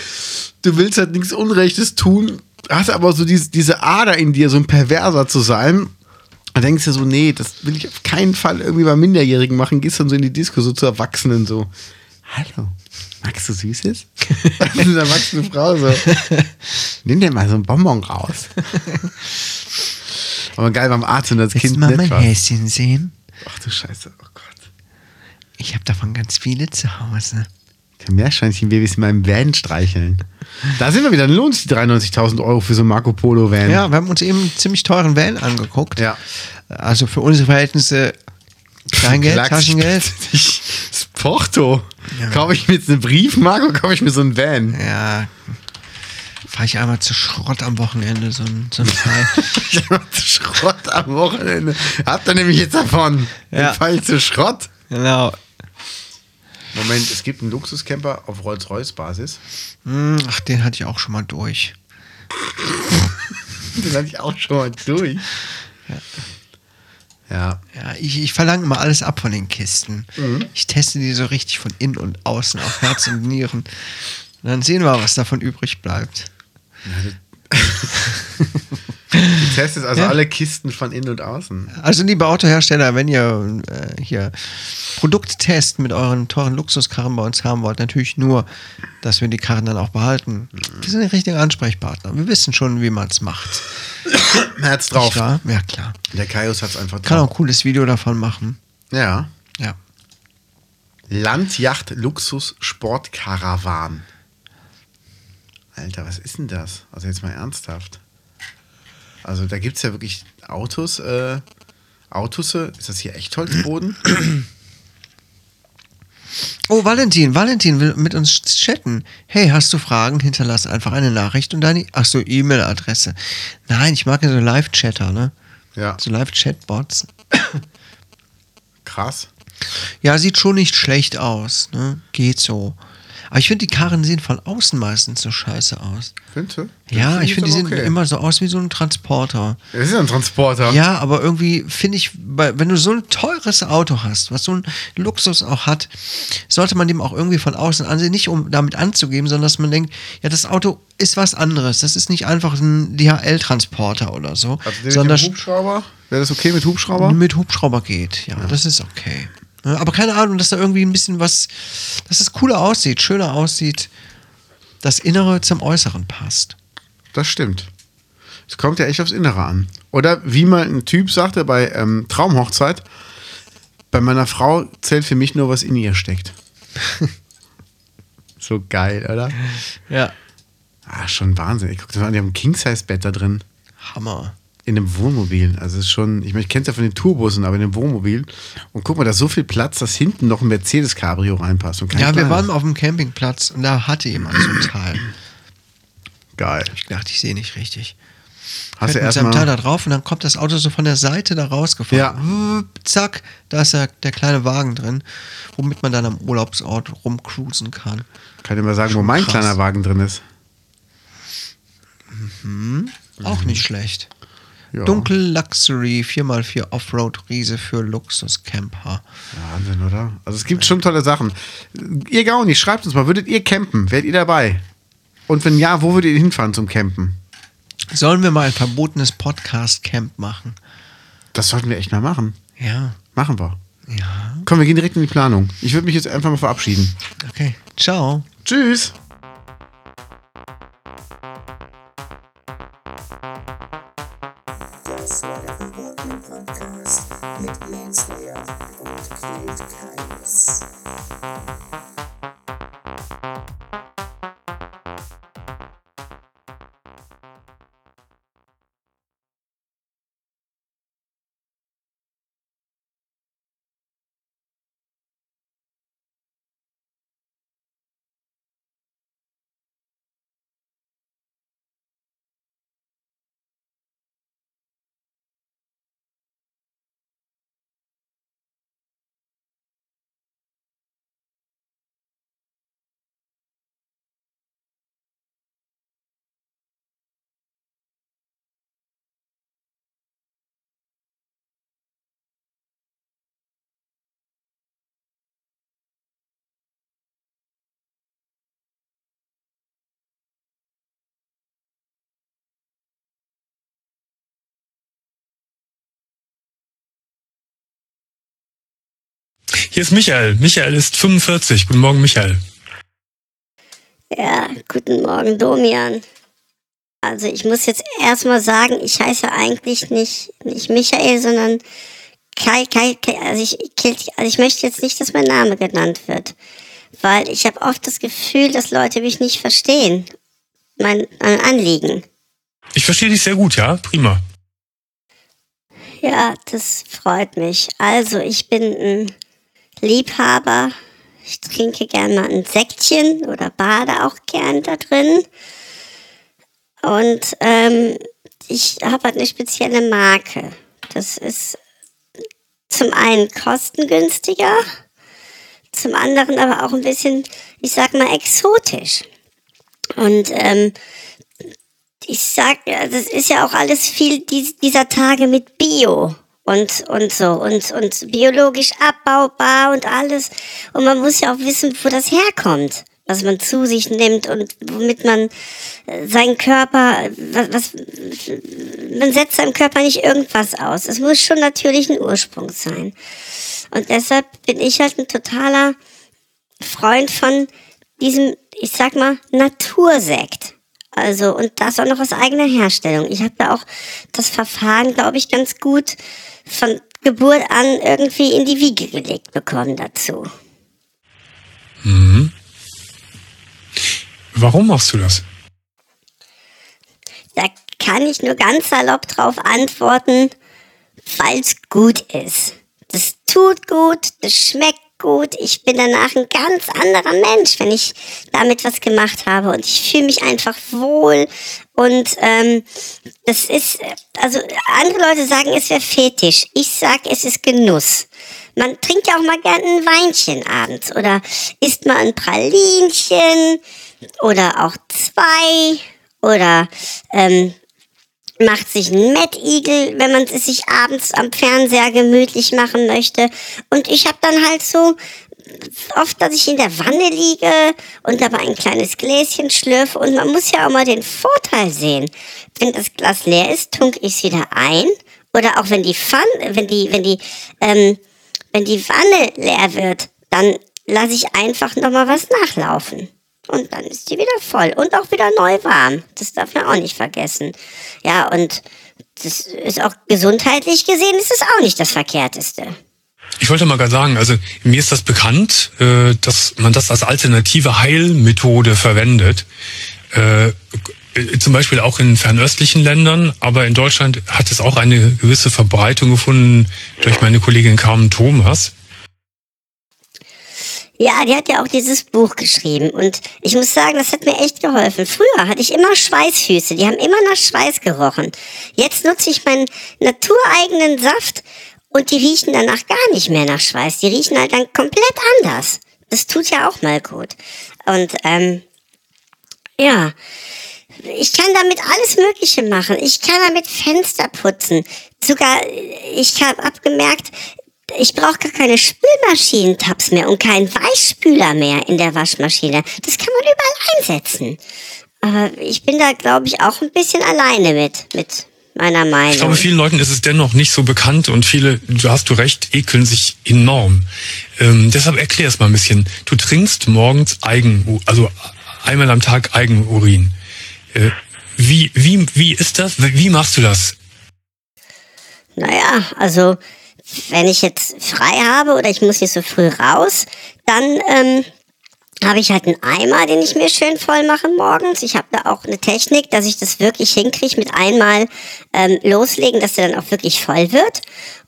S3: Du willst halt nichts Unrechtes tun, hast aber so diese, diese Ader in dir, so ein Perverser zu sein. Und denkst dir so, nee, das will ich auf keinen Fall irgendwie bei Minderjährigen machen. Gehst dann so in die Disco, so zu Erwachsenen so. Hallo, magst du Süßes? Das ist eine erwachsene Frau so. Nimm dir mal so einen Bonbon raus. Aber geil beim Arzt und das
S2: Willst
S3: Kind
S2: du mal
S3: nett
S2: mein
S3: war.
S2: Häschen sehen?
S3: Ach du Scheiße, oh Gott.
S2: Ich habe davon ganz viele zu Hause.
S3: Der Meerschweinchenbabys in meinem Van streicheln. Da sind wir wieder. Dann lohnt sich die 93.000 Euro für so einen Marco Polo Van.
S2: Ja, wir haben uns eben einen ziemlich teuren Van angeguckt.
S3: Ja.
S2: Also für unsere Verhältnisse Kleingeld,
S3: Klacks-
S2: Taschengeld.
S3: Das Porto. Kaufe ich mir jetzt einen Brief, Marco, kaufe ich mir so einen Van.
S2: Ja. Fahre ich einmal zu Schrott am Wochenende, so ein, so ein Teil.
S3: Ich mach zu Schrott am Wochenende. Habt ihr nämlich jetzt davon.
S2: Ja.
S3: Den Fall zu Schrott.
S2: genau.
S3: Moment, es gibt einen Luxuscamper auf Rolls-Royce-Basis.
S2: Hm, Ach, den hatte ich auch schon mal durch.
S3: Den hatte ich auch schon mal durch. Ja.
S2: Ja, ich, ich verlange immer alles ab von den Kisten. Ich teste die so richtig von innen und außen auf Herz und Nieren. Und dann sehen wir, was davon übrig bleibt.
S3: Du testest also
S2: Ja.
S3: alle Kisten von innen und außen.
S2: Also liebe Autohersteller, wenn ihr äh, hier Produkttests mit euren teuren Luxuskarren bei uns haben wollt, natürlich nur, dass wir die Karren dann auch behalten. Wir sind die richtigen Ansprechpartner. Wir wissen schon, wie man es macht.
S3: Herz
S2: Nicht wahr? Ja, klar.
S3: Der Kaius hat's einfach
S2: Kann auch
S3: drauf.
S2: ein cooles Video davon machen.
S3: Ja.
S2: Ja.
S3: Landjacht Luxus Sportkarawan. Alter, was ist denn das? Also jetzt mal ernsthaft. Also da gibt es ja wirklich Autos, äh, Autos, äh, ist das hier Echtholzboden?
S2: Oh, Valentin, Valentin will mit uns chatten. Hey, hast du Fragen? Hinterlass einfach eine Nachricht und deine, ach so, E-Mail-Adresse. Nein, ich mag ja so Live-Chatter, ne?
S3: ja,
S2: So Live-Chatbots.
S3: krass.
S2: Ja, sieht schon nicht schlecht aus, ne? Geht so. Aber ich finde, die Karren sehen von außen meistens so scheiße aus.
S3: Könnte.
S2: Ja, ich finde, die sehen
S3: aber okay.
S2: immer so aus wie so ein Transporter.
S3: Das ist ja ein Transporter.
S2: Ja, aber irgendwie finde ich, bei- wenn du so ein teures Auto hast, was so ein Luxus auch hat, sollte man dem auch irgendwie von außen ansehen, nicht um damit anzugeben, sondern dass man denkt, ja, das Auto ist was anderes. Das ist nicht einfach ein DHL-Transporter oder so,
S3: Also der
S2: sondern
S3: mit dem Hubschrauber? Wäre das okay mit Hubschrauber?
S2: mit Hubschrauber geht. Ja, das ist okay. Ja, Aber keine Ahnung, dass da irgendwie ein bisschen was, dass es cooler aussieht, schöner aussieht, das Innere zum Äußeren passt.
S3: Das stimmt. Es kommt ja echt aufs Innere an. Oder wie mal ein Typ sagte bei ähm, Traumhochzeit, bei meiner Frau zählt für mich nur, was in ihr steckt. so geil, oder?
S2: Ja.
S3: Ah, schon Wahnsinn. Ich guck das mal an, die haben ein King-Size-Bett da drin.
S2: Hammer.
S3: In einem Wohnmobil. Also es ist schon, ich meine, ich kenne es ja von den Tourbussen, aber in einem Wohnmobil. Und guck mal, da ist so viel Platz, dass hinten noch ein Mercedes-Cabrio reinpasst. Und kein
S2: Ja, wir
S3: kleines.
S2: waren mal auf dem Campingplatz und da hatte jemand so ein Teil.
S3: Geil.
S2: Ich dachte, ich sehe nicht richtig.
S3: Hast du
S2: Fährt mit seinem Teil
S3: erstmal.
S2: da drauf und dann kommt das Auto so von der Seite da rausgefahren. Ja. zack, da ist ja der kleine Wagen drin, womit man dann am Urlaubsort rumcruisen kann.
S3: Kann ich mal sagen, wo mein
S2: krass.
S3: kleiner Wagen drin ist.
S2: Auch nicht schlecht.
S3: Mhm. Ja.
S2: Dunkel Luxury 4x4 Offroad Riese für Luxuscamper.
S3: Wahnsinn, oder? Also es gibt schon tolle Sachen. Ihr Gauni, schreibt uns mal, würdet ihr campen? Wärt ihr dabei? Und wenn ja, wo würdet ihr hinfahren zum Campen?
S2: Sollen wir mal ein verbotenes Podcast Camp machen?
S3: Das sollten wir echt mal machen.
S2: Ja.
S3: Machen wir.
S2: Ja.
S3: Komm, wir gehen direkt in die Planung. Ich würde mich jetzt einfach mal verabschieden.
S2: Okay. Ciao.
S3: Tschüss!
S4: Das war der Bewordenen Podcast mit Landslayer und Quält keines.
S5: Hier ist Michael. Michael ist 45. Guten Morgen, Michael.
S6: Ja, guten Morgen, Domian. Also ich muss jetzt erstmal sagen, ich heiße eigentlich nicht, nicht Michael, sondern Kai, Kai, Kai also, ich, also ich möchte jetzt nicht, dass mein Name genannt wird. Weil ich habe oft das Gefühl, dass Leute mich nicht verstehen. Mein, mein Anliegen.
S5: Ich verstehe dich sehr gut, ja? Prima.
S6: Ja, das freut mich. Also, ich bin ein Liebhaber. Ich trinke gerne mal ein Säckchen oder bade auch gern da drin. Und ähm, ich habe halt eine spezielle Marke. Das ist zum einen kostengünstiger, zum anderen aber auch ein bisschen, ich sag mal, exotisch. Und ähm, ich sag, also es ist ja auch alles viel dies- dieser Tage mit Bio und, und so und, und biologisch abbaubar und alles. Und man muss ja auch wissen, wo das herkommt, was man zu sich nimmt und womit man äh, seinen Körper, äh, was, was, man setzt seinem Körper nicht irgendwas aus. Es muss schon natürlich ein Ursprung sein. Und deshalb bin ich halt ein totaler Freund von diesem, ich sag mal, Natursekt. Also, und das auch noch aus eigener Herstellung. Ich habe ja auch das Verfahren, glaube ich, ganz gut von Geburt an irgendwie in die Wiege gelegt bekommen dazu.
S5: Warum machst du das?
S6: Da kann ich nur ganz salopp drauf antworten, weil's gut ist. Das tut gut, das schmeckt gut. Ich bin danach ein ganz anderer Mensch, wenn ich damit was gemacht habe. Und ich fühle mich einfach wohl. Und ähm, das ist, äh, also andere Leute sagen, es wäre Fetisch. Ich sag, es ist Genuss. Man trinkt ja auch mal gerne ein Weinchen abends oder isst mal ein Pralinchen oder auch zwei oder ähm, macht sich einen Mettigel, wenn man es sich abends am Fernseher gemütlich machen möchte. Und ich habe dann halt so oft, dass ich in der Wanne liege und dabei ein kleines Gläschen schlürfe. Und man muss ja auch mal den Vorteil sehen. Wenn das Glas leer ist, tunke ich es wieder ein. Oder auch wenn die Pfanne, wenn die, wenn die, ähm, wenn die Wanne leer wird, dann lasse ich einfach nochmal was nachlaufen. Und dann ist die wieder voll und auch wieder neu warm. Das darf man auch nicht vergessen. Ja, und das ist auch gesundheitlich gesehen, ist es auch nicht das Verkehrteste.
S5: Ich wollte mal gerade sagen, also mir ist das bekannt, äh, dass man das als alternative Heilmethode verwendet. Äh, äh, Zum Beispiel auch in fernöstlichen Ländern, aber in Deutschland hat es auch eine gewisse Verbreitung gefunden durch meine Kollegin Carmen Thomas.
S6: Ja, die hat ja auch dieses Buch geschrieben und ich muss sagen, das hat mir echt geholfen. Früher hatte ich immer Schweißfüße, die haben immer nach Schweiß gerochen. Jetzt nutze ich meinen natureigenen Saft und die riechen danach gar nicht mehr nach Schweiß. Die riechen halt dann komplett anders. Das tut ja auch mal gut. Und ähm, ja, ich kann damit alles Mögliche machen. Ich kann damit Fenster putzen. Sogar, äh, ich habe abgemerkt, ich brauche gar keine Spülmaschinentabs mehr und keinen Weichspüler mehr in der Waschmaschine. Das kann man überall einsetzen. Aber ich bin da, glaube ich, auch ein bisschen alleine mit, mit meiner Meinung.
S5: Ich glaube, vielen Leuten ist es dennoch nicht so bekannt und viele, du hast du recht, ekeln sich enorm. Ähm, deshalb erklär es mal ein bisschen. Du trinkst morgens Eigen, also einmal am Tag Eigenurin. Äh, wie, wie, wie ist das? Wie machst du das?
S6: Naja, also wenn ich jetzt frei habe oder ich muss nicht so früh raus, dann ähm, habe ich halt einen Eimer, den ich mir schön voll mache morgens. Ich habe da auch eine Technik, dass ich das wirklich hinkriege mit einmal ähm, loslegen, dass der dann auch wirklich voll wird.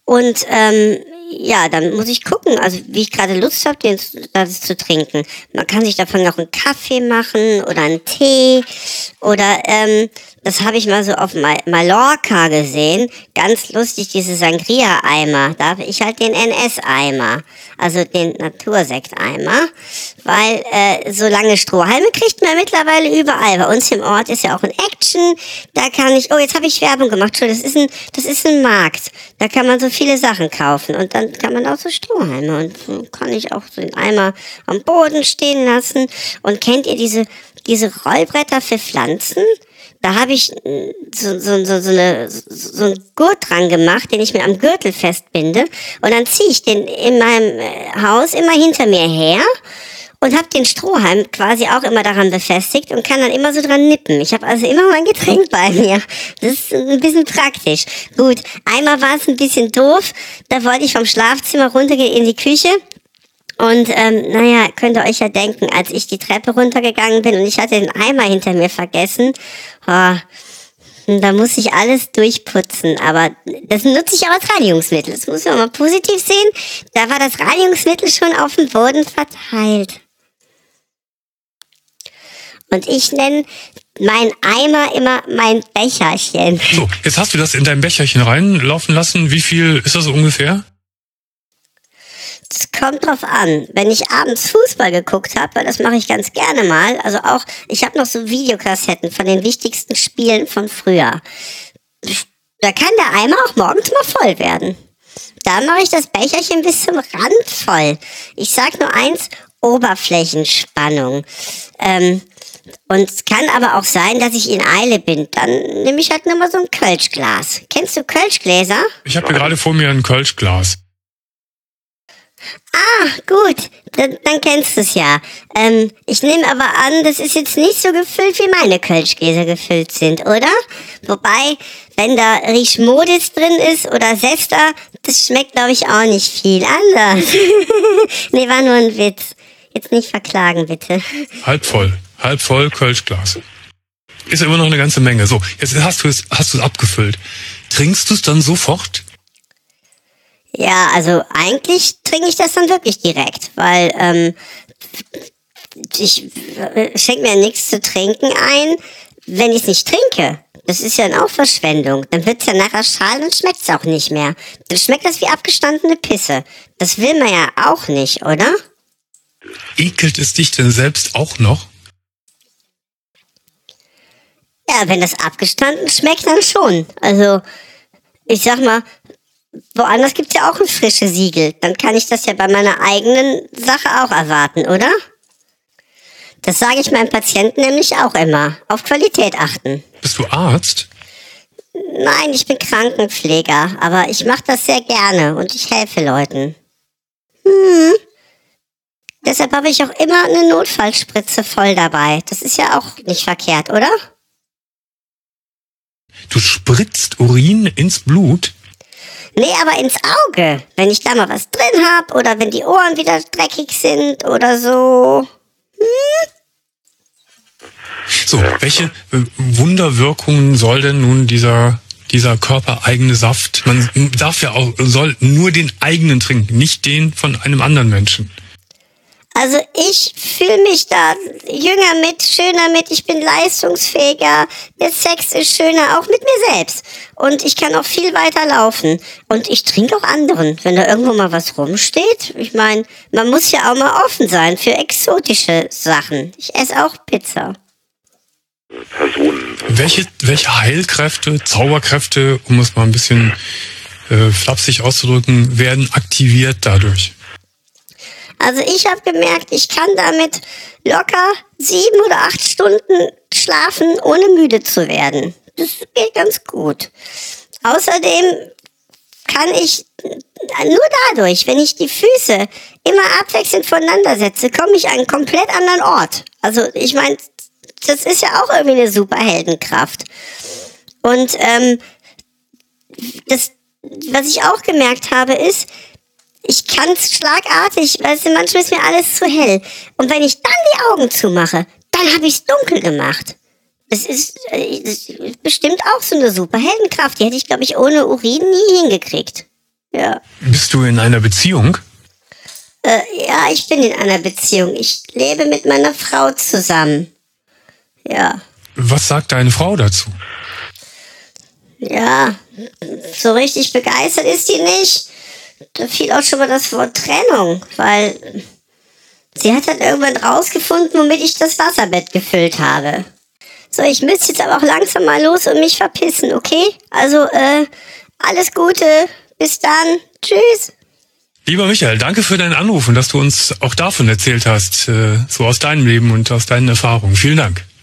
S6: Und ähm, ja, dann muss ich gucken, also wie ich gerade Lust habe, den zu- das zu trinken. Man kann sich davon noch einen Kaffee machen oder einen Tee oder ähm, das habe ich mal so auf Ma- Mallorca gesehen. Ganz lustig, diese Sangria-Eimer. Da habe ich halt den NS-Eimer, also den Natursekt-Eimer, weil äh, so lange Strohhalme kriegt man mittlerweile überall. Bei uns im Ort ist ja auch ein Action. Da kann ich, oh, jetzt habe ich Werbung gemacht. Entschuldigung, das ist ein, das ist ein Markt. Da kann man so viele Sachen kaufen und dann kann man auch so Strohhalme und so kann ich auch so den Eimer am Boden stehen lassen. Und kennt ihr diese, diese Rollbretter für Pflanzen? Da habe ich äh, so, so, so, so, eine, so so einen Gurt dran gemacht, den ich mir am Gürtel festbinde. Und dann ziehe ich den in meinem äh, Haus immer hinter mir her. und habe den Strohhalm quasi auch immer daran befestigt und kann dann immer so dran nippen. Ich habe also immer mein Getränk bei mir. Das ist ein bisschen praktisch. Gut, einmal war es ein bisschen doof. Da wollte ich vom Schlafzimmer runtergehen in die Küche. Und ähm, naja, könnt ihr euch ja denken, als ich die Treppe runtergegangen bin und ich hatte den Eimer hinter mir vergessen, oh, da muss ich alles durchputzen. Aber das nutze ich auch als Reinigungsmittel. Das muss man mal positiv sehen. Da war das Reinigungsmittel schon auf dem Boden verteilt. Und ich nenne meinen Eimer immer mein Becherchen.
S5: So, jetzt hast du das in dein Becherchen reinlaufen lassen. Wie viel ist das ungefähr?
S6: Es kommt drauf an. Wenn ich abends Fußball geguckt habe, weil das mache ich ganz gerne mal, also auch, ich habe noch so Videokassetten von den wichtigsten Spielen von früher. Da kann der Eimer auch morgens mal voll werden. Da mache ich das Becherchen bis zum Rand voll. Ich sag nur eins, Oberflächenspannung. Ähm, und es kann aber auch sein, dass ich in Eile bin. Dann nehme ich halt nur mal so ein Kölschglas. Kennst du Kölschgläser?
S5: Ich habe hier gerade vor mir ein Kölschglas.
S6: Ah, gut, dann, dann kennst du es ja. Ähm, ich nehme aber an, das ist jetzt nicht so gefüllt, wie meine Kölschgläser gefüllt sind, oder? Wobei, wenn da Riechmodis drin ist oder Sester, das schmeckt, glaube ich, auch nicht viel anders. nee, war nur ein Witz. Jetzt nicht verklagen, bitte.
S5: Halb voll. Halb voll Kölschglas. Ist immer noch eine ganze Menge. So, jetzt hast du es, hast du es abgefüllt. Trinkst du es dann sofort?
S6: Ja, also eigentlich trinke ich das dann wirklich direkt, weil ähm, ich äh, schenke mir nichts zu trinken ein, wenn ich es nicht trinke. Das ist ja dann auch Verschwendung. Dann wird's ja nachher schal und schmeckt's auch nicht mehr. Dann schmeckt das wie abgestandene Pisse. Das will man ja auch nicht, oder?
S5: Ekelt es dich denn selbst auch noch?
S6: Ja, wenn das abgestanden schmeckt, dann schon. Also, ich sag mal, woanders gibt's ja auch ein frisches Siegel. Dann kann ich das ja bei meiner eigenen Sache auch erwarten, oder? Das sage ich meinem Patienten nämlich auch immer. Auf Qualität achten.
S5: Bist du Arzt?
S6: Nein, ich bin Krankenpfleger, aber ich mache das sehr gerne und ich helfe Leuten. Hm. Deshalb habe ich auch immer eine Notfallspritze voll dabei. Das ist ja auch nicht verkehrt, oder?
S5: Du spritzt Urin ins Blut?
S6: Nee, aber ins Auge. Wenn ich da mal was drin hab oder wenn die Ohren wieder dreckig sind oder so.
S5: So, welche äh, Wunderwirkungen soll denn nun dieser dieser körpereigene Saft? Man darf ja auch soll nur den eigenen trinken, nicht den von einem anderen Menschen.
S6: Also ich fühle mich da jünger mit, schöner mit, ich bin leistungsfähiger, der Sex ist schöner, auch mit mir selbst. Und ich kann auch viel weiter laufen. Und ich trinke auch anderen, wenn da irgendwo mal was rumsteht. Ich meine, man muss ja auch mal offen sein für exotische Sachen. Ich esse auch Pizza.
S7: Personen.
S5: Welche welche Heilkräfte, Zauberkräfte, um es mal ein bisschen äh, flapsig auszudrücken, werden aktiviert dadurch?
S6: Also ich habe gemerkt, ich kann damit locker sieben oder acht Stunden schlafen, ohne müde zu werden. Das geht ganz gut. Außerdem kann ich nur dadurch, wenn ich die Füße immer abwechselnd voneinander setze, komme ich an einen komplett anderen Ort. Also ich meine, das ist ja auch irgendwie eine Superheldenkraft. Und ähm, das, was ich auch gemerkt habe, ist, ich kann es schlagartig, weißt du, manchmal ist mir alles zu hell. Und wenn ich dann die Augen zumache, dann habe ich es dunkel gemacht. Das ist, äh, das ist bestimmt auch so eine super Heldenkraft. Die hätte ich, glaube ich, ohne Urin nie hingekriegt. Ja.
S5: Bist du in einer Beziehung?
S6: Äh, ja, ich bin in einer Beziehung. Ich lebe mit meiner Frau zusammen. Ja.
S5: Was sagt deine Frau dazu?
S6: Ja. So richtig begeistert ist die nicht. Da fiel auch schon mal das Wort Trennung, weil sie hat dann irgendwann rausgefunden, womit ich das Wasserbett gefüllt habe. So, ich müsste jetzt aber auch langsam mal los und mich verpissen, okay? Also, äh, alles Gute, bis dann, tschüss.
S5: Lieber Michael, danke für deinen Anruf und dass du uns auch davon erzählt hast, äh, so aus deinem Leben und aus deinen Erfahrungen. Vielen Dank.